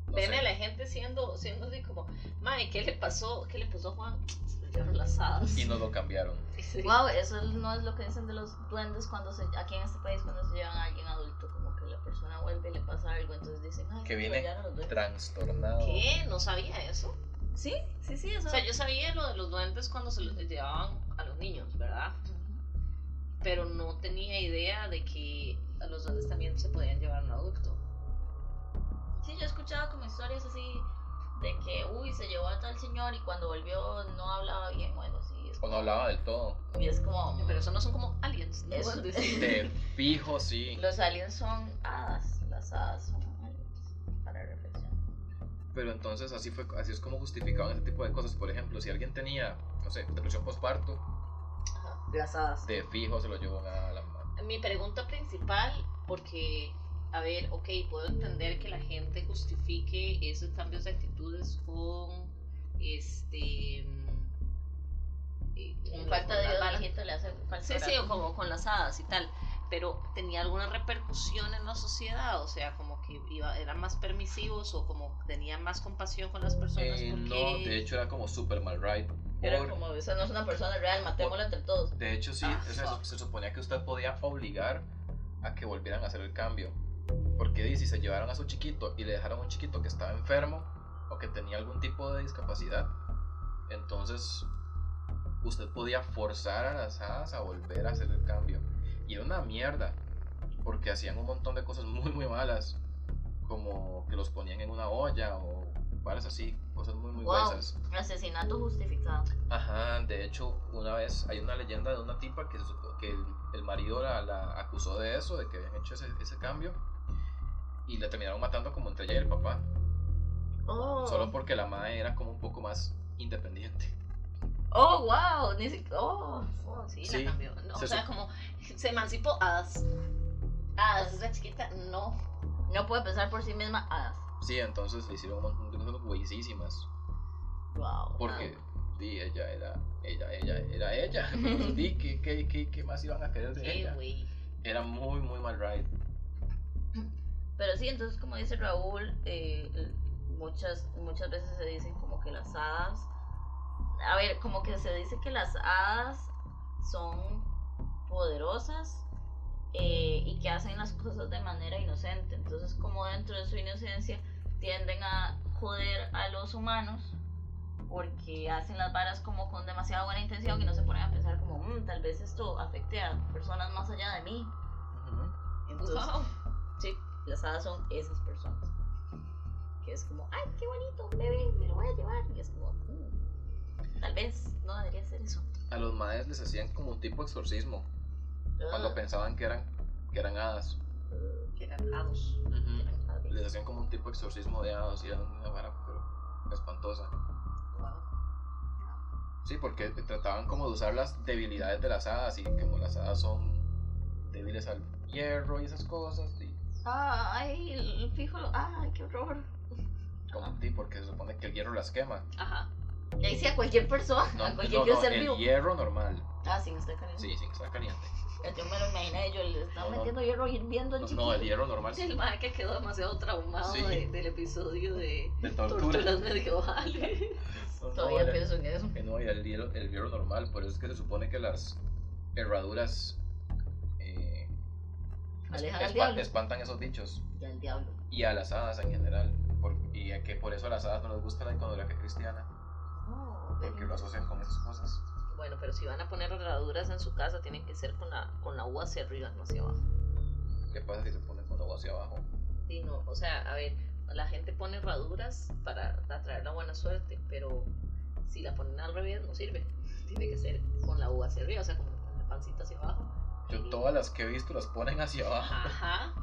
[SPEAKER 2] no
[SPEAKER 3] Ven
[SPEAKER 2] sé,
[SPEAKER 3] a la gente siendo, siendo así como, Mae, ¿qué le pasó? ¿Qué le pasó a Juan? Se le llevaron las <laughs> hadas.
[SPEAKER 2] y nos lo cambiaron.
[SPEAKER 3] Sí.
[SPEAKER 1] Wow, eso no es lo que dicen de los duendes cuando se, aquí en este país cuando se llevan a alguien adulto, como que la persona vuelve y le pasa algo, entonces dicen, ay,
[SPEAKER 2] Que
[SPEAKER 1] se
[SPEAKER 2] viene
[SPEAKER 1] llevaron los duendes.
[SPEAKER 2] Trastornado.
[SPEAKER 3] ¿Qué? No sabía eso.
[SPEAKER 1] Sí, sí, sí, eso.
[SPEAKER 3] O sea, yo sabía lo de los duendes cuando se los llevaban a los niños, ¿verdad?
[SPEAKER 1] Ujú.
[SPEAKER 3] Pero no tenía idea de que a los duendes también se podían llevar a un adulto.
[SPEAKER 1] Sí, yo he escuchado como historias así de que, uy, se llevó a tal señor y cuando volvió no hablaba bien o algo así. Es
[SPEAKER 2] O no
[SPEAKER 1] como-
[SPEAKER 2] hablaba del todo.
[SPEAKER 1] Y es como,
[SPEAKER 3] Pero eso no son como aliens, <laughs> ¿no?
[SPEAKER 1] Eso-
[SPEAKER 3] Duendes.
[SPEAKER 2] De fijo, sí.
[SPEAKER 1] los aliens son hadas, las hadas son aliens, para reflexión.
[SPEAKER 2] Pero entonces así fue, así es como justificaban ese tipo de cosas. Por ejemplo, si alguien tenía, no sé, depresión postparto,
[SPEAKER 3] Ajá.
[SPEAKER 1] Las hadas.
[SPEAKER 2] de fijo se lo llevó a la mamá.
[SPEAKER 3] Mi pregunta principal, porque, a ver, ok, puedo entender que la gente justifique esos cambios de actitudes con, este, mm, eh,
[SPEAKER 1] Con
[SPEAKER 3] con
[SPEAKER 1] falta de
[SPEAKER 3] la-
[SPEAKER 1] Dios,
[SPEAKER 3] con la-
[SPEAKER 1] la gente le hace falta.
[SPEAKER 3] Sí, sí, o como con las hadas y tal, pero tenía alguna repercusión en la sociedad, o sea, como que iba, eran más permisivos o como tenían más compasión con las personas
[SPEAKER 2] Eh,
[SPEAKER 3] porque...
[SPEAKER 2] no, de hecho era como super mal ride.
[SPEAKER 1] Era
[SPEAKER 2] Por-
[SPEAKER 1] como, esa no es una persona real, matémosla entre todos.
[SPEAKER 2] De hecho sí,
[SPEAKER 3] Ah,
[SPEAKER 2] o sea,
[SPEAKER 3] fuck.
[SPEAKER 2] se, suponía que usted podía obligar a que volvieran a hacer el cambio. Porque di, si se llevaron a su chiquito y le dejaron un chiquito que estaba enfermo o que tenía algún tipo de discapacidad, entonces usted podía forzar a las hadas a volver a hacer el cambio. Y era una mierda, porque hacían un montón de cosas muy, muy malas, como que los ponían en una olla o varias así, cosas muy, muy
[SPEAKER 1] Wow.
[SPEAKER 2] gruesas.
[SPEAKER 3] Mm.
[SPEAKER 1] Asesinato justificado.
[SPEAKER 2] Ajá, de hecho, una vez hay una leyenda de una tipa que, se supo- que el, el marido la, la acusó de eso, de que habían hecho ese, ese cambio, y la terminaron matando como entre ella y el papá,
[SPEAKER 1] Oh,
[SPEAKER 2] solo porque la madre era como un poco más independiente. <laughs>
[SPEAKER 1] oh wow. Ni si- Oh, fuck.
[SPEAKER 3] Sí,
[SPEAKER 2] Sí,
[SPEAKER 3] la cambió. No,
[SPEAKER 2] se
[SPEAKER 3] o sea,
[SPEAKER 2] sup-
[SPEAKER 3] como se emancipó hadas. Hadas, la Ah, chiquita, no.
[SPEAKER 1] No puede pensar por sí misma hadas.
[SPEAKER 2] Sí, entonces le hicieron un montón de cosas güeyísimas,
[SPEAKER 1] Wow.
[SPEAKER 2] porque
[SPEAKER 1] Ah.
[SPEAKER 2] di, ella era ella, ella era
[SPEAKER 1] <laughs>
[SPEAKER 2] ella, entonces, di, ¿qué, qué, qué, qué más iban a querer de
[SPEAKER 3] Qué
[SPEAKER 2] ella?
[SPEAKER 3] güey.
[SPEAKER 2] Era muy, muy mal ride.
[SPEAKER 1] Pero sí, entonces como dice Raúl, eh, l- muchas, muchas veces se dicen como que las hadas, a ver, como que se dice que las hadas son poderosas eh, y que hacen las cosas de manera inocente. Entonces como dentro de su inocencia tienden a joder a los humanos porque hacen las varas como con demasiada buena intención y no se ponen a pensar como, "Mm, tal vez esto afecte a personas más allá de mí. Entonces,
[SPEAKER 3] Wow.
[SPEAKER 1] Sí, las hadas son esas personas. que es como, ay, qué bonito, un bebé, me lo voy a llevar. Y es como, "Mm, tal vez no debería ser eso.
[SPEAKER 2] A los maes les hacían como un tipo exorcismo cuando
[SPEAKER 1] Ah,
[SPEAKER 2] pensaban que eran, que eran hadas.
[SPEAKER 4] Que eran hados.
[SPEAKER 1] eran padres.
[SPEAKER 2] Les hacían como un tipo exorcismo de hadas y era una vara pero espantosa.
[SPEAKER 4] Wow.
[SPEAKER 2] Sí, porque trataban como de usar las debilidades de las hadas y como las hadas son débiles al hierro y esas cosas. Y
[SPEAKER 1] Ay, el fijo, ay, qué horror. Ah.
[SPEAKER 2] como, sí, porque se supone que el hierro las quema.
[SPEAKER 3] Ajá.
[SPEAKER 1] Le hice a cualquier persona,
[SPEAKER 2] No,
[SPEAKER 1] a
[SPEAKER 2] no,
[SPEAKER 1] cualquier
[SPEAKER 2] no,
[SPEAKER 1] dios ser
[SPEAKER 2] el
[SPEAKER 1] vivo.
[SPEAKER 2] hierro normal.
[SPEAKER 1] Ah, sin estar caliente.
[SPEAKER 2] Sí, sin que sea caliente.
[SPEAKER 1] Yo me lo imaginé, yo le estaba
[SPEAKER 2] No, no.
[SPEAKER 1] metiendo hierro hirviendo al
[SPEAKER 2] No,
[SPEAKER 1] chiquillo.
[SPEAKER 2] no, el hierro normal
[SPEAKER 3] El mae que quedó demasiado traumado
[SPEAKER 2] Sí.
[SPEAKER 3] de- del episodio de
[SPEAKER 2] de tortura.
[SPEAKER 3] torturas medievales.
[SPEAKER 2] No, no,
[SPEAKER 1] Todavía
[SPEAKER 2] era-
[SPEAKER 1] pienso en eso.
[SPEAKER 2] que no era el hierro, el hierro normal, por eso es que se supone que las herraduras eh,
[SPEAKER 1] Alejan al
[SPEAKER 2] espa-
[SPEAKER 1] diablo.
[SPEAKER 2] espantan esos bichos
[SPEAKER 1] Ya el diablo.
[SPEAKER 2] y a las hadas en general. por- y a que por eso a las hadas no les gusta la iconografía cristiana,
[SPEAKER 1] Oh,
[SPEAKER 2] porque
[SPEAKER 1] ok.
[SPEAKER 2] lo asocian con esas cosas.
[SPEAKER 3] <laughs> Bueno, pero si van a poner herraduras en su casa, tienen que ser con la, con la U hacia arriba, no hacia abajo.
[SPEAKER 2] ¿Qué pasa si se ponen con agua hacia abajo?
[SPEAKER 3] Sí, no, o sea, a ver, la gente pone herraduras para atraer la buena suerte, pero si la ponen al revés no sirve. Tiene que ser con la U hacia arriba, o sea, como con la pancita hacia abajo.
[SPEAKER 2] Yo todas las que he visto las ponen hacia
[SPEAKER 3] Ah,
[SPEAKER 2] abajo.
[SPEAKER 3] Ajá.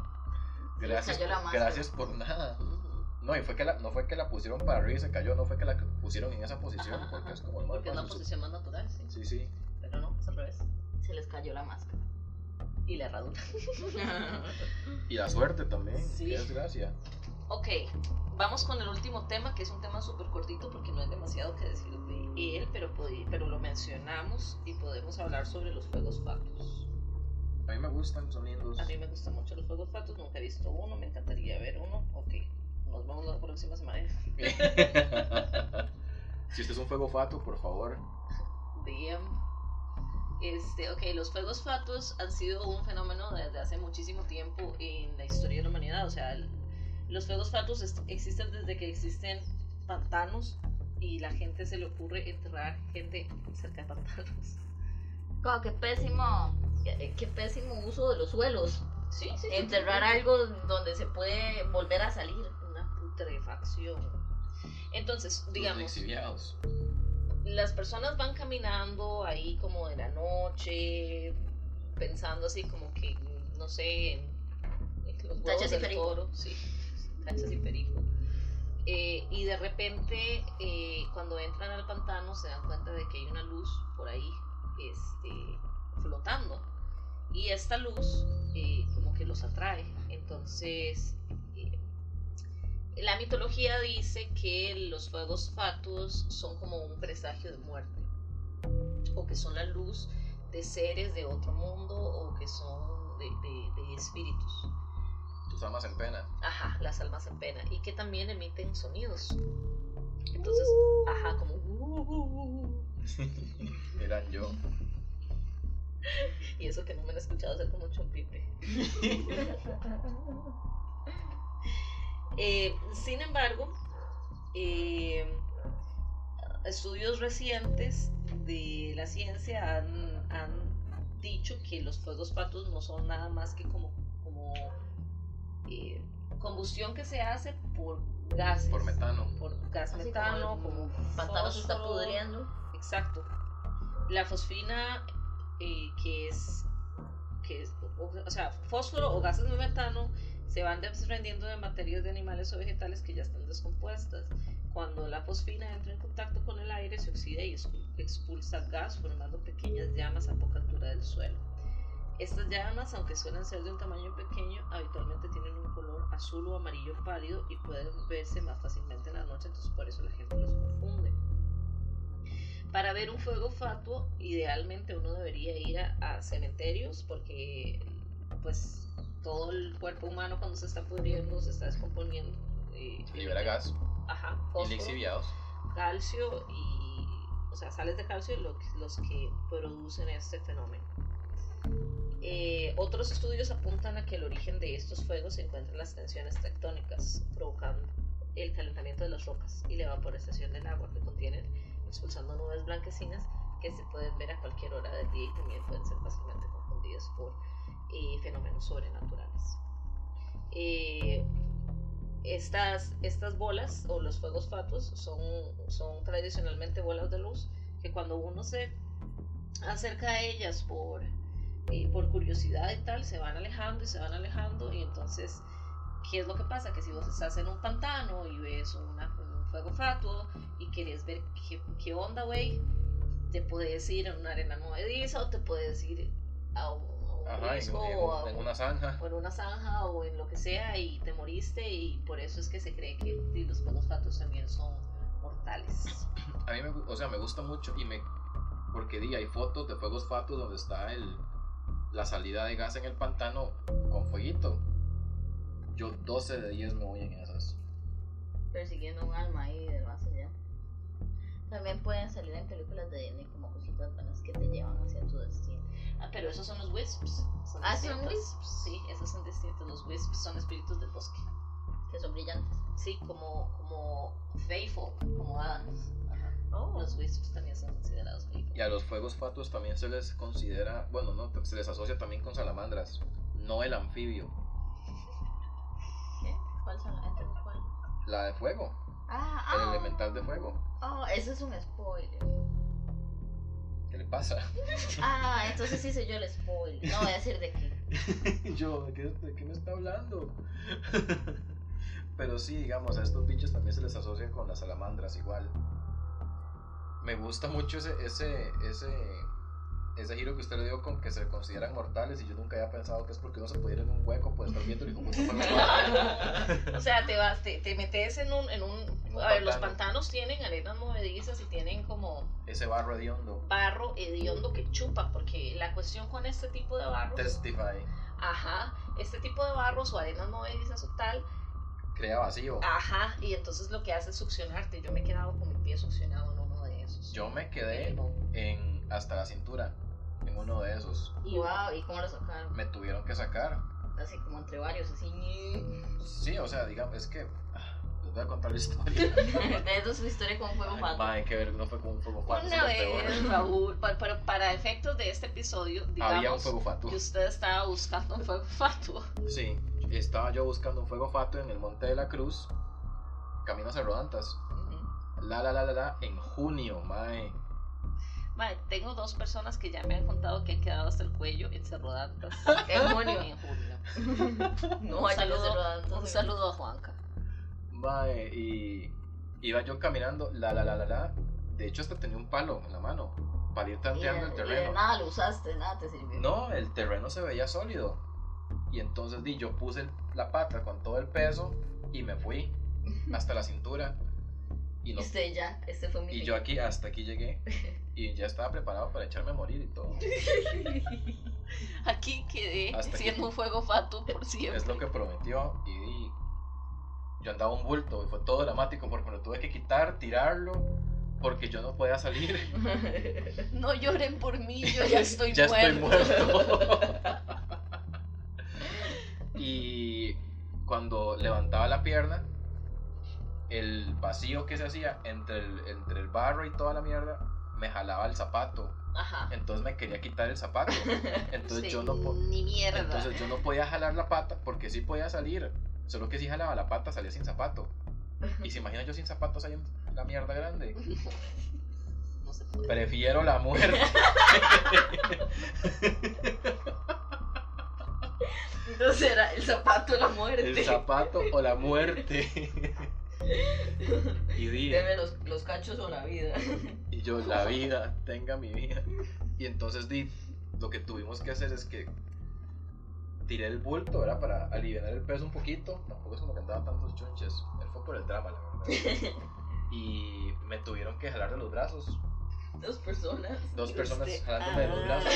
[SPEAKER 1] Sí,
[SPEAKER 2] Gracias,
[SPEAKER 1] cayó la
[SPEAKER 2] por-
[SPEAKER 1] máscara.
[SPEAKER 2] gracias por nada. No, y fue que la, no fue que la pusieron para arriba y se cayó, no fue que la pusieron en esa posición,
[SPEAKER 3] Ajá,
[SPEAKER 2] porque
[SPEAKER 3] ajá.
[SPEAKER 2] es como el mal
[SPEAKER 3] Porque es la
[SPEAKER 2] paso.
[SPEAKER 3] posición más natural, sí.
[SPEAKER 2] Sí, sí.
[SPEAKER 3] Pero no, es al revés.
[SPEAKER 1] Se les cayó la máscara. <laughs>
[SPEAKER 3] Y la herradura.
[SPEAKER 2] Y la suerte también,
[SPEAKER 3] Sí.
[SPEAKER 2] qué desgracia.
[SPEAKER 3] Ok, vamos con el último tema, que es un tema súper cortito porque no hay demasiado que decir de él, pero, podi- pero lo mencionamos y podemos hablar sobre los juegos fatuos.
[SPEAKER 2] A mí me gustan, son lindos.
[SPEAKER 3] A mí me gustan mucho los juegos fatuos, nunca he visto uno, me encantaría ver uno. Ok, nos vemos la próxima semana.
[SPEAKER 2] si usted es un fuego fato, por favor.
[SPEAKER 3] DM. Este, ok, los fuegos fatuos han sido un fenómeno desde hace muchísimo tiempo en la historia de la humanidad. O sea, el- los fuegos fatuos est- existen desde que existen pantanos y la gente se le ocurre enterrar gente cerca de pantanos.
[SPEAKER 1] Como qué pésimo, eh, qué, qué pésimo uso de los suelos.
[SPEAKER 3] Sí, sí.
[SPEAKER 1] Enterrar algo donde se puede volver a salir.
[SPEAKER 3] Una putrefacción. Entonces,
[SPEAKER 2] Los
[SPEAKER 3] digamos.
[SPEAKER 2] exiliados.
[SPEAKER 3] las personas van caminando ahí como de la noche, pensando así como que, no sé, en, en los huevos
[SPEAKER 1] Tachas y
[SPEAKER 3] del
[SPEAKER 1] perico.
[SPEAKER 3] toro, sí, tachas y perico. Eh, y de repente, eh, cuando entran al pantano, se dan cuenta de que hay una luz por ahí este, flotando. Y esta luz eh, como que los atrae. Entonces, eh, la mitología dice que los fuegos fatuos son como un presagio de muerte, o que son la luz de seres de otro mundo, o que son de, de- de espíritus.
[SPEAKER 2] Tus amas en pena.
[SPEAKER 3] Ajá, las almas en pena, y que también emiten sonidos. Entonces, ajá, como...
[SPEAKER 2] Eran yo.
[SPEAKER 3] Y eso que no me lo he escuchado hacer como
[SPEAKER 1] <laughs>
[SPEAKER 3] chompipe. Eh, sin embargo, eh, estudios recientes de la ciencia han, han dicho que los fuegos patos no son nada más que como, como eh, combustión que se hace por gases.
[SPEAKER 2] Por metano.
[SPEAKER 3] por gas
[SPEAKER 1] Así como
[SPEAKER 3] metano, como,
[SPEAKER 1] el pantano se está
[SPEAKER 3] fósforo.
[SPEAKER 1] pudriendo.
[SPEAKER 3] Exacto. La fosfina, eh, que es, que es- o, o sea, fósforo o gases de metano, se van desprendiendo de materias de animales o vegetales que ya están descompuestas. Cuando la fosfina entra en contacto con el aire, se oxida y expu- expulsa gas, formando pequeñas llamas a poca altura del suelo. Estas llamas, aunque suelen ser de un tamaño pequeño, habitualmente tienen un color azul o amarillo pálido y pueden verse más fácilmente en la noche, entonces por eso la gente los confunde. Para ver un fuego fatuo, idealmente uno debería ir a, a cementerios porque pues todo el cuerpo humano cuando se está pudriendo, se está descomponiendo. eh,
[SPEAKER 2] Se libera gas.
[SPEAKER 3] Ajá,
[SPEAKER 2] Y
[SPEAKER 3] fósforo,
[SPEAKER 2] exiliados.
[SPEAKER 3] calcio y, o sea, sales de calcio lo que- los que producen este fenómeno. Eh, otros estudios apuntan a que el origen de estos fuegos se encuentra en las tensiones tectónicas, provocando el calentamiento de las rocas y la evaporización del agua que contienen, expulsando nubes blanquecinas que se pueden ver a cualquier hora del día y también pueden ser fácilmente confundidas por eh, fenómenos sobrenaturales. Eh, estas, estas bolas o los fuegos fatuos son, son tradicionalmente bolas de luz que cuando uno se acerca a ellas por, eh, por curiosidad y tal, se van alejando y se van alejando y entonces, ¿qué es lo que pasa? Que si vos estás en un pantano y ves una, un fuego fatuo y querés ver qué, qué onda, güey, te puedes ir a una arena movediza o te puedes ir a un, a un
[SPEAKER 2] Ajá, en,
[SPEAKER 3] risco
[SPEAKER 2] en-
[SPEAKER 3] o a
[SPEAKER 2] en
[SPEAKER 3] un-
[SPEAKER 2] una zanja.
[SPEAKER 3] o en una zanja o en lo que sea y te moriste y por eso es que se cree que y los fuegos fatuos también son mortales.
[SPEAKER 2] A mí, me, gu- o sea, me gusta mucho y me... Porque di, hay fotos de fuegos fatuos donde está el, la salida de gas en el pantano con fueguito. Yo 12 de 10 me voy en esas.
[SPEAKER 1] persiguiendo un alma ahí del más allá. También pueden salir en películas de Disney como cositas buenas que te llevan hacia tu destino.
[SPEAKER 3] Ah, pero esos son los wisps. Son
[SPEAKER 1] Ah, ¿son
[SPEAKER 3] distintos. Sí, esos son distintos. Los wisps son espíritus del bosque.
[SPEAKER 1] Que son brillantes.
[SPEAKER 3] Sí, como, como Faithful, como Adán. Los wisps también son considerados Faithful.
[SPEAKER 2] Y a los fuegos fatuos también se les considera, bueno, no, se les asocia también con salamandras, no el anfibio,
[SPEAKER 1] ¿Qué? ¿eh? ¿Cuál son? ¿Entre cuál?
[SPEAKER 2] la de fuego,
[SPEAKER 1] Ah,
[SPEAKER 2] el
[SPEAKER 1] ah.
[SPEAKER 2] elemental de fuego.
[SPEAKER 1] Oh, eso es un spoiler.
[SPEAKER 2] ¿Qué le pasa?
[SPEAKER 1] Ah, entonces hice yo el spoiler. No voy a decir de qué.
[SPEAKER 2] <laughs> Yo, ¿de qué, de qué me está hablando? <laughs> Pero sí, digamos, a estos pinches también se les asocia con las salamandras igual. Me gusta mucho ese, ese, ese, ese giro que usted le dio con que se consideran mortales y yo nunca había pensado que es porque uno se pudiera ir en un hueco por estar viendo y como puto fuego.
[SPEAKER 3] o sea, te vas, te, te metes en un,
[SPEAKER 2] En
[SPEAKER 3] en un
[SPEAKER 2] un
[SPEAKER 3] a ver, los
[SPEAKER 2] pantano.
[SPEAKER 3] pantanos tienen arenas movedizas y tienen como
[SPEAKER 2] Ese barro hediondo.
[SPEAKER 3] barro hediondo que chupa, porque la cuestión con este tipo de barro
[SPEAKER 2] Testify.
[SPEAKER 3] Ajá, este tipo de barros o arenas movedizas o tal.
[SPEAKER 2] Crea vacío.
[SPEAKER 3] Ajá, y entonces lo que hace es succionarte. Yo me he quedado con mi pie succionado en uno de esos.
[SPEAKER 2] Yo me
[SPEAKER 3] En
[SPEAKER 2] quedé
[SPEAKER 3] el bowl.
[SPEAKER 2] en hasta la cintura en uno de esos.
[SPEAKER 3] Y
[SPEAKER 1] wow, ¿y cómo lo sacaron?
[SPEAKER 2] Me tuvieron que sacar.
[SPEAKER 1] Así como entre varios, así. <laughs>
[SPEAKER 2] Sí, o sea, digamos, es que ah, les voy a contar la historia.
[SPEAKER 3] <laughs>
[SPEAKER 1] Esa es su historia con fuego
[SPEAKER 2] Ay,
[SPEAKER 1] fatal.
[SPEAKER 2] madre, qué ver, no fue como un fuego fatuo.
[SPEAKER 3] Una
[SPEAKER 2] fue peor.
[SPEAKER 3] vez, Raúl, pa- para, para efectos de este episodio,
[SPEAKER 2] Había un
[SPEAKER 3] digamos
[SPEAKER 2] fuego fatuo.
[SPEAKER 3] que usted estaba buscando un fuego <laughs> fatuo.
[SPEAKER 2] Sí, estaba yo buscando un fuego fatuo en el Monte de la Cruz, camino hacia Rodantas. La la la la la, en junio, mae.
[SPEAKER 3] Mae, tengo dos personas que ya me han contado que han quedado hasta el cuello en
[SPEAKER 2] <laughs>
[SPEAKER 3] Cerrodantas
[SPEAKER 1] En junio.
[SPEAKER 3] en junio.
[SPEAKER 1] <laughs> No,
[SPEAKER 3] Un
[SPEAKER 1] vaya que
[SPEAKER 3] saludo,
[SPEAKER 1] se rodan.
[SPEAKER 3] Un saludo a Juanca.
[SPEAKER 2] Mae, y iba yo caminando, la la la la la. De hecho, hasta tenía un palo en la mano para ir
[SPEAKER 1] Y
[SPEAKER 2] tanteando
[SPEAKER 1] de,
[SPEAKER 2] el
[SPEAKER 1] y de
[SPEAKER 2] terreno.
[SPEAKER 1] nada lo usaste, nada te sirvió.
[SPEAKER 2] No, el terreno se veía sólido. Y entonces di, yo puse el- la pata con todo el peso y me <laughs> fui hasta la cintura. Y, no-
[SPEAKER 1] Y usted ya, este fue mi
[SPEAKER 2] y
[SPEAKER 1] fin. <laughs>
[SPEAKER 2] yo aquí, hasta aquí <laughs> llegué. Y ya estaba preparado para echarme a morir y todo.
[SPEAKER 3] Aquí quedé
[SPEAKER 2] Hasta aquí.
[SPEAKER 3] siendo un fuego fatuo por siempre.
[SPEAKER 2] Es lo que prometió. Y di, yo andaba un bulto y fue todo dramático porque me lo tuve que quitar, tirarlo, porque yo no podía salir.
[SPEAKER 3] No lloren por mí,
[SPEAKER 2] <laughs>
[SPEAKER 3] yo ya estoy
[SPEAKER 2] ya
[SPEAKER 3] muerto.
[SPEAKER 2] estoy muerto. y cuando levantaba la pierna, el vacío que se hacía entre el, entre el barro y toda la mierda me jalaba el zapato.
[SPEAKER 3] Ajá.
[SPEAKER 2] Entonces me quería quitar el zapato. Entonces,
[SPEAKER 3] Sí,
[SPEAKER 2] yo, no po-
[SPEAKER 3] Ni mierda.
[SPEAKER 2] entonces yo no podía jalar la pata porque sí podía salir. Solo que si jalaba la pata salía sin zapato. Y se imagina yo sin zapatos ahí en la mierda
[SPEAKER 3] <laughs>
[SPEAKER 2] grande.
[SPEAKER 3] No se puede.
[SPEAKER 2] Prefiero la muerte.
[SPEAKER 1] Entonces era el zapato de la muerte.
[SPEAKER 2] El zapato o la muerte. y
[SPEAKER 1] <laughs>
[SPEAKER 2] di,
[SPEAKER 1] Deme los, los cachos o la vida. <laughs>
[SPEAKER 2] y yo, la vida, tenga mi vida. Y entonces di, lo que tuvimos que hacer es que tiré el bulto, era para aliviar el peso un poquito. Tampoco es como que andaba tantos chunches. Él fue por el drama, la verdad. Y me tuvieron que jalar de los brazos.
[SPEAKER 1] Dos personas.
[SPEAKER 2] Dos
[SPEAKER 3] Y
[SPEAKER 2] personas
[SPEAKER 3] usted-
[SPEAKER 2] jalándome de los
[SPEAKER 3] Este, Ah.
[SPEAKER 2] brazos.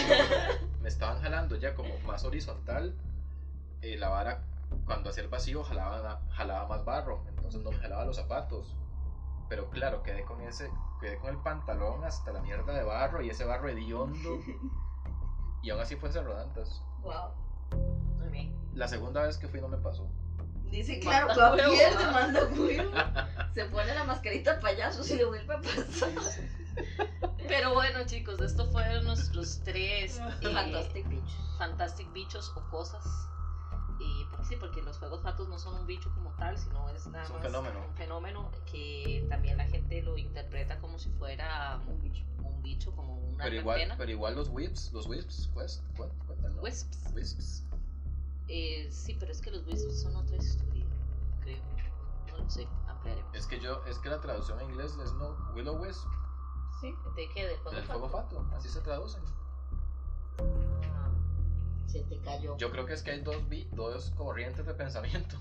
[SPEAKER 2] Me estaban jalando ya como más horizontal. eh, la vara, cuando hacía el vacío, jalaba, jalaba más barro. Entonces no me jalaba los zapatos. Pero claro, quedé con ese, quedé con el pantalón hasta la mierda de barro y ese barro hediondo. Y aún así fue rodantas.
[SPEAKER 1] Wow.
[SPEAKER 3] <laughs> Muy bien.
[SPEAKER 2] La segunda vez que fui no me pasó.
[SPEAKER 1] Dice,
[SPEAKER 3] Manda
[SPEAKER 1] claro, Javier
[SPEAKER 3] huevo.
[SPEAKER 1] te
[SPEAKER 3] <laughs>
[SPEAKER 1] manda huevo. Se pone la mascarita al payaso si le vuelve a
[SPEAKER 3] <laughs>
[SPEAKER 1] pasar.
[SPEAKER 3] Pero bueno, chicos, estos <laughs> fueron nuestros tres eh,
[SPEAKER 1] Fantastic Bichos.
[SPEAKER 3] fantastic bichos o cosas eh, porque sí, porque los juegos fatos no son un bicho como tal, sino es nada
[SPEAKER 2] Es un
[SPEAKER 3] más Ah,
[SPEAKER 2] fenómeno.
[SPEAKER 3] un fenómeno que también la gente lo interpreta como si fuera un bicho, un bicho como una
[SPEAKER 2] Pero igual,
[SPEAKER 3] antena.
[SPEAKER 2] pero igual los whips, los whips, quest, what, cuentan, ¿no?
[SPEAKER 3] Wisps.
[SPEAKER 2] Wisps.
[SPEAKER 3] Eh, sí, pero es que los wisps son otra historia, creo. No lo sé, ampliaremos.
[SPEAKER 2] Es que yo, es que la traducción en inglés es no Willow Wisp,
[SPEAKER 4] Sí.
[SPEAKER 3] ¿De qué? ¿Del juego
[SPEAKER 2] del fuego fato, así se traducen.
[SPEAKER 1] Ah, se te cayó.
[SPEAKER 2] Yo creo que es que hay dos, vi- dos corrientes de <laughs> pensamiento.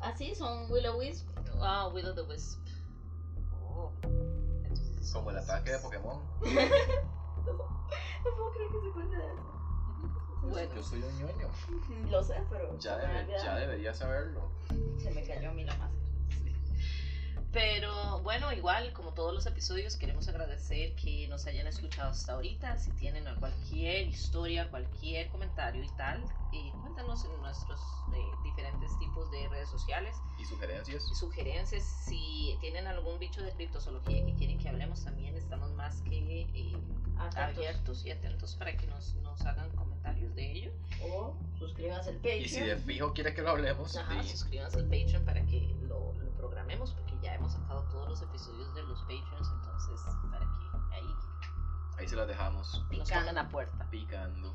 [SPEAKER 1] Ah, sí, son Willow Wisp.
[SPEAKER 3] Ah, Will of the Wisp. Oh. Entonces,
[SPEAKER 2] Como el ataque de Pokémon.
[SPEAKER 1] No puedo creer que se acuerde de eso.
[SPEAKER 3] Bueno.
[SPEAKER 2] Yo soy un ñoño.
[SPEAKER 1] Lo sé, pero.
[SPEAKER 2] Ya,
[SPEAKER 1] se me
[SPEAKER 2] debe-
[SPEAKER 1] había
[SPEAKER 2] ya debería saberlo.
[SPEAKER 4] Se me cayó a mí la máscara.
[SPEAKER 3] Pero bueno, igual, como todos los episodios, queremos agradecer que nos hayan escuchado hasta ahorita. Si tienen cualquier historia, cualquier comentario y tal, eh, cuéntanos en nuestros eh, diferentes tipos de redes sociales.
[SPEAKER 2] ¿Y sugerencias?
[SPEAKER 3] y sugerencias. Si tienen algún bicho de criptozoología que quieren que hablemos también, estamos más que eh,
[SPEAKER 1] Atentos.
[SPEAKER 3] abiertos y atentos para que nos, nos hagan comentarios de ello.
[SPEAKER 1] O suscríbanse al
[SPEAKER 2] Y si
[SPEAKER 1] Patreon.
[SPEAKER 2] de fijo quiere que lo hablemos,
[SPEAKER 3] Ajá,
[SPEAKER 2] di-
[SPEAKER 3] suscríbanse al Patreon para que lo, lo programemos, porque ya hemos sacado todos los episodios de los Patreons, entonces para que ahí
[SPEAKER 2] ahí se las dejamos
[SPEAKER 3] nos
[SPEAKER 1] Picando.
[SPEAKER 3] pongan la puerta.
[SPEAKER 2] picando.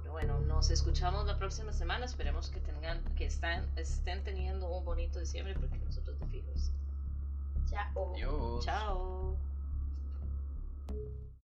[SPEAKER 3] Pero bueno, nos escuchamos la próxima semana. Esperemos que tengan, que están, estén teniendo un bonito diciembre, porque nosotros de fijos.
[SPEAKER 1] Chao.
[SPEAKER 2] Adiós.
[SPEAKER 3] Chao.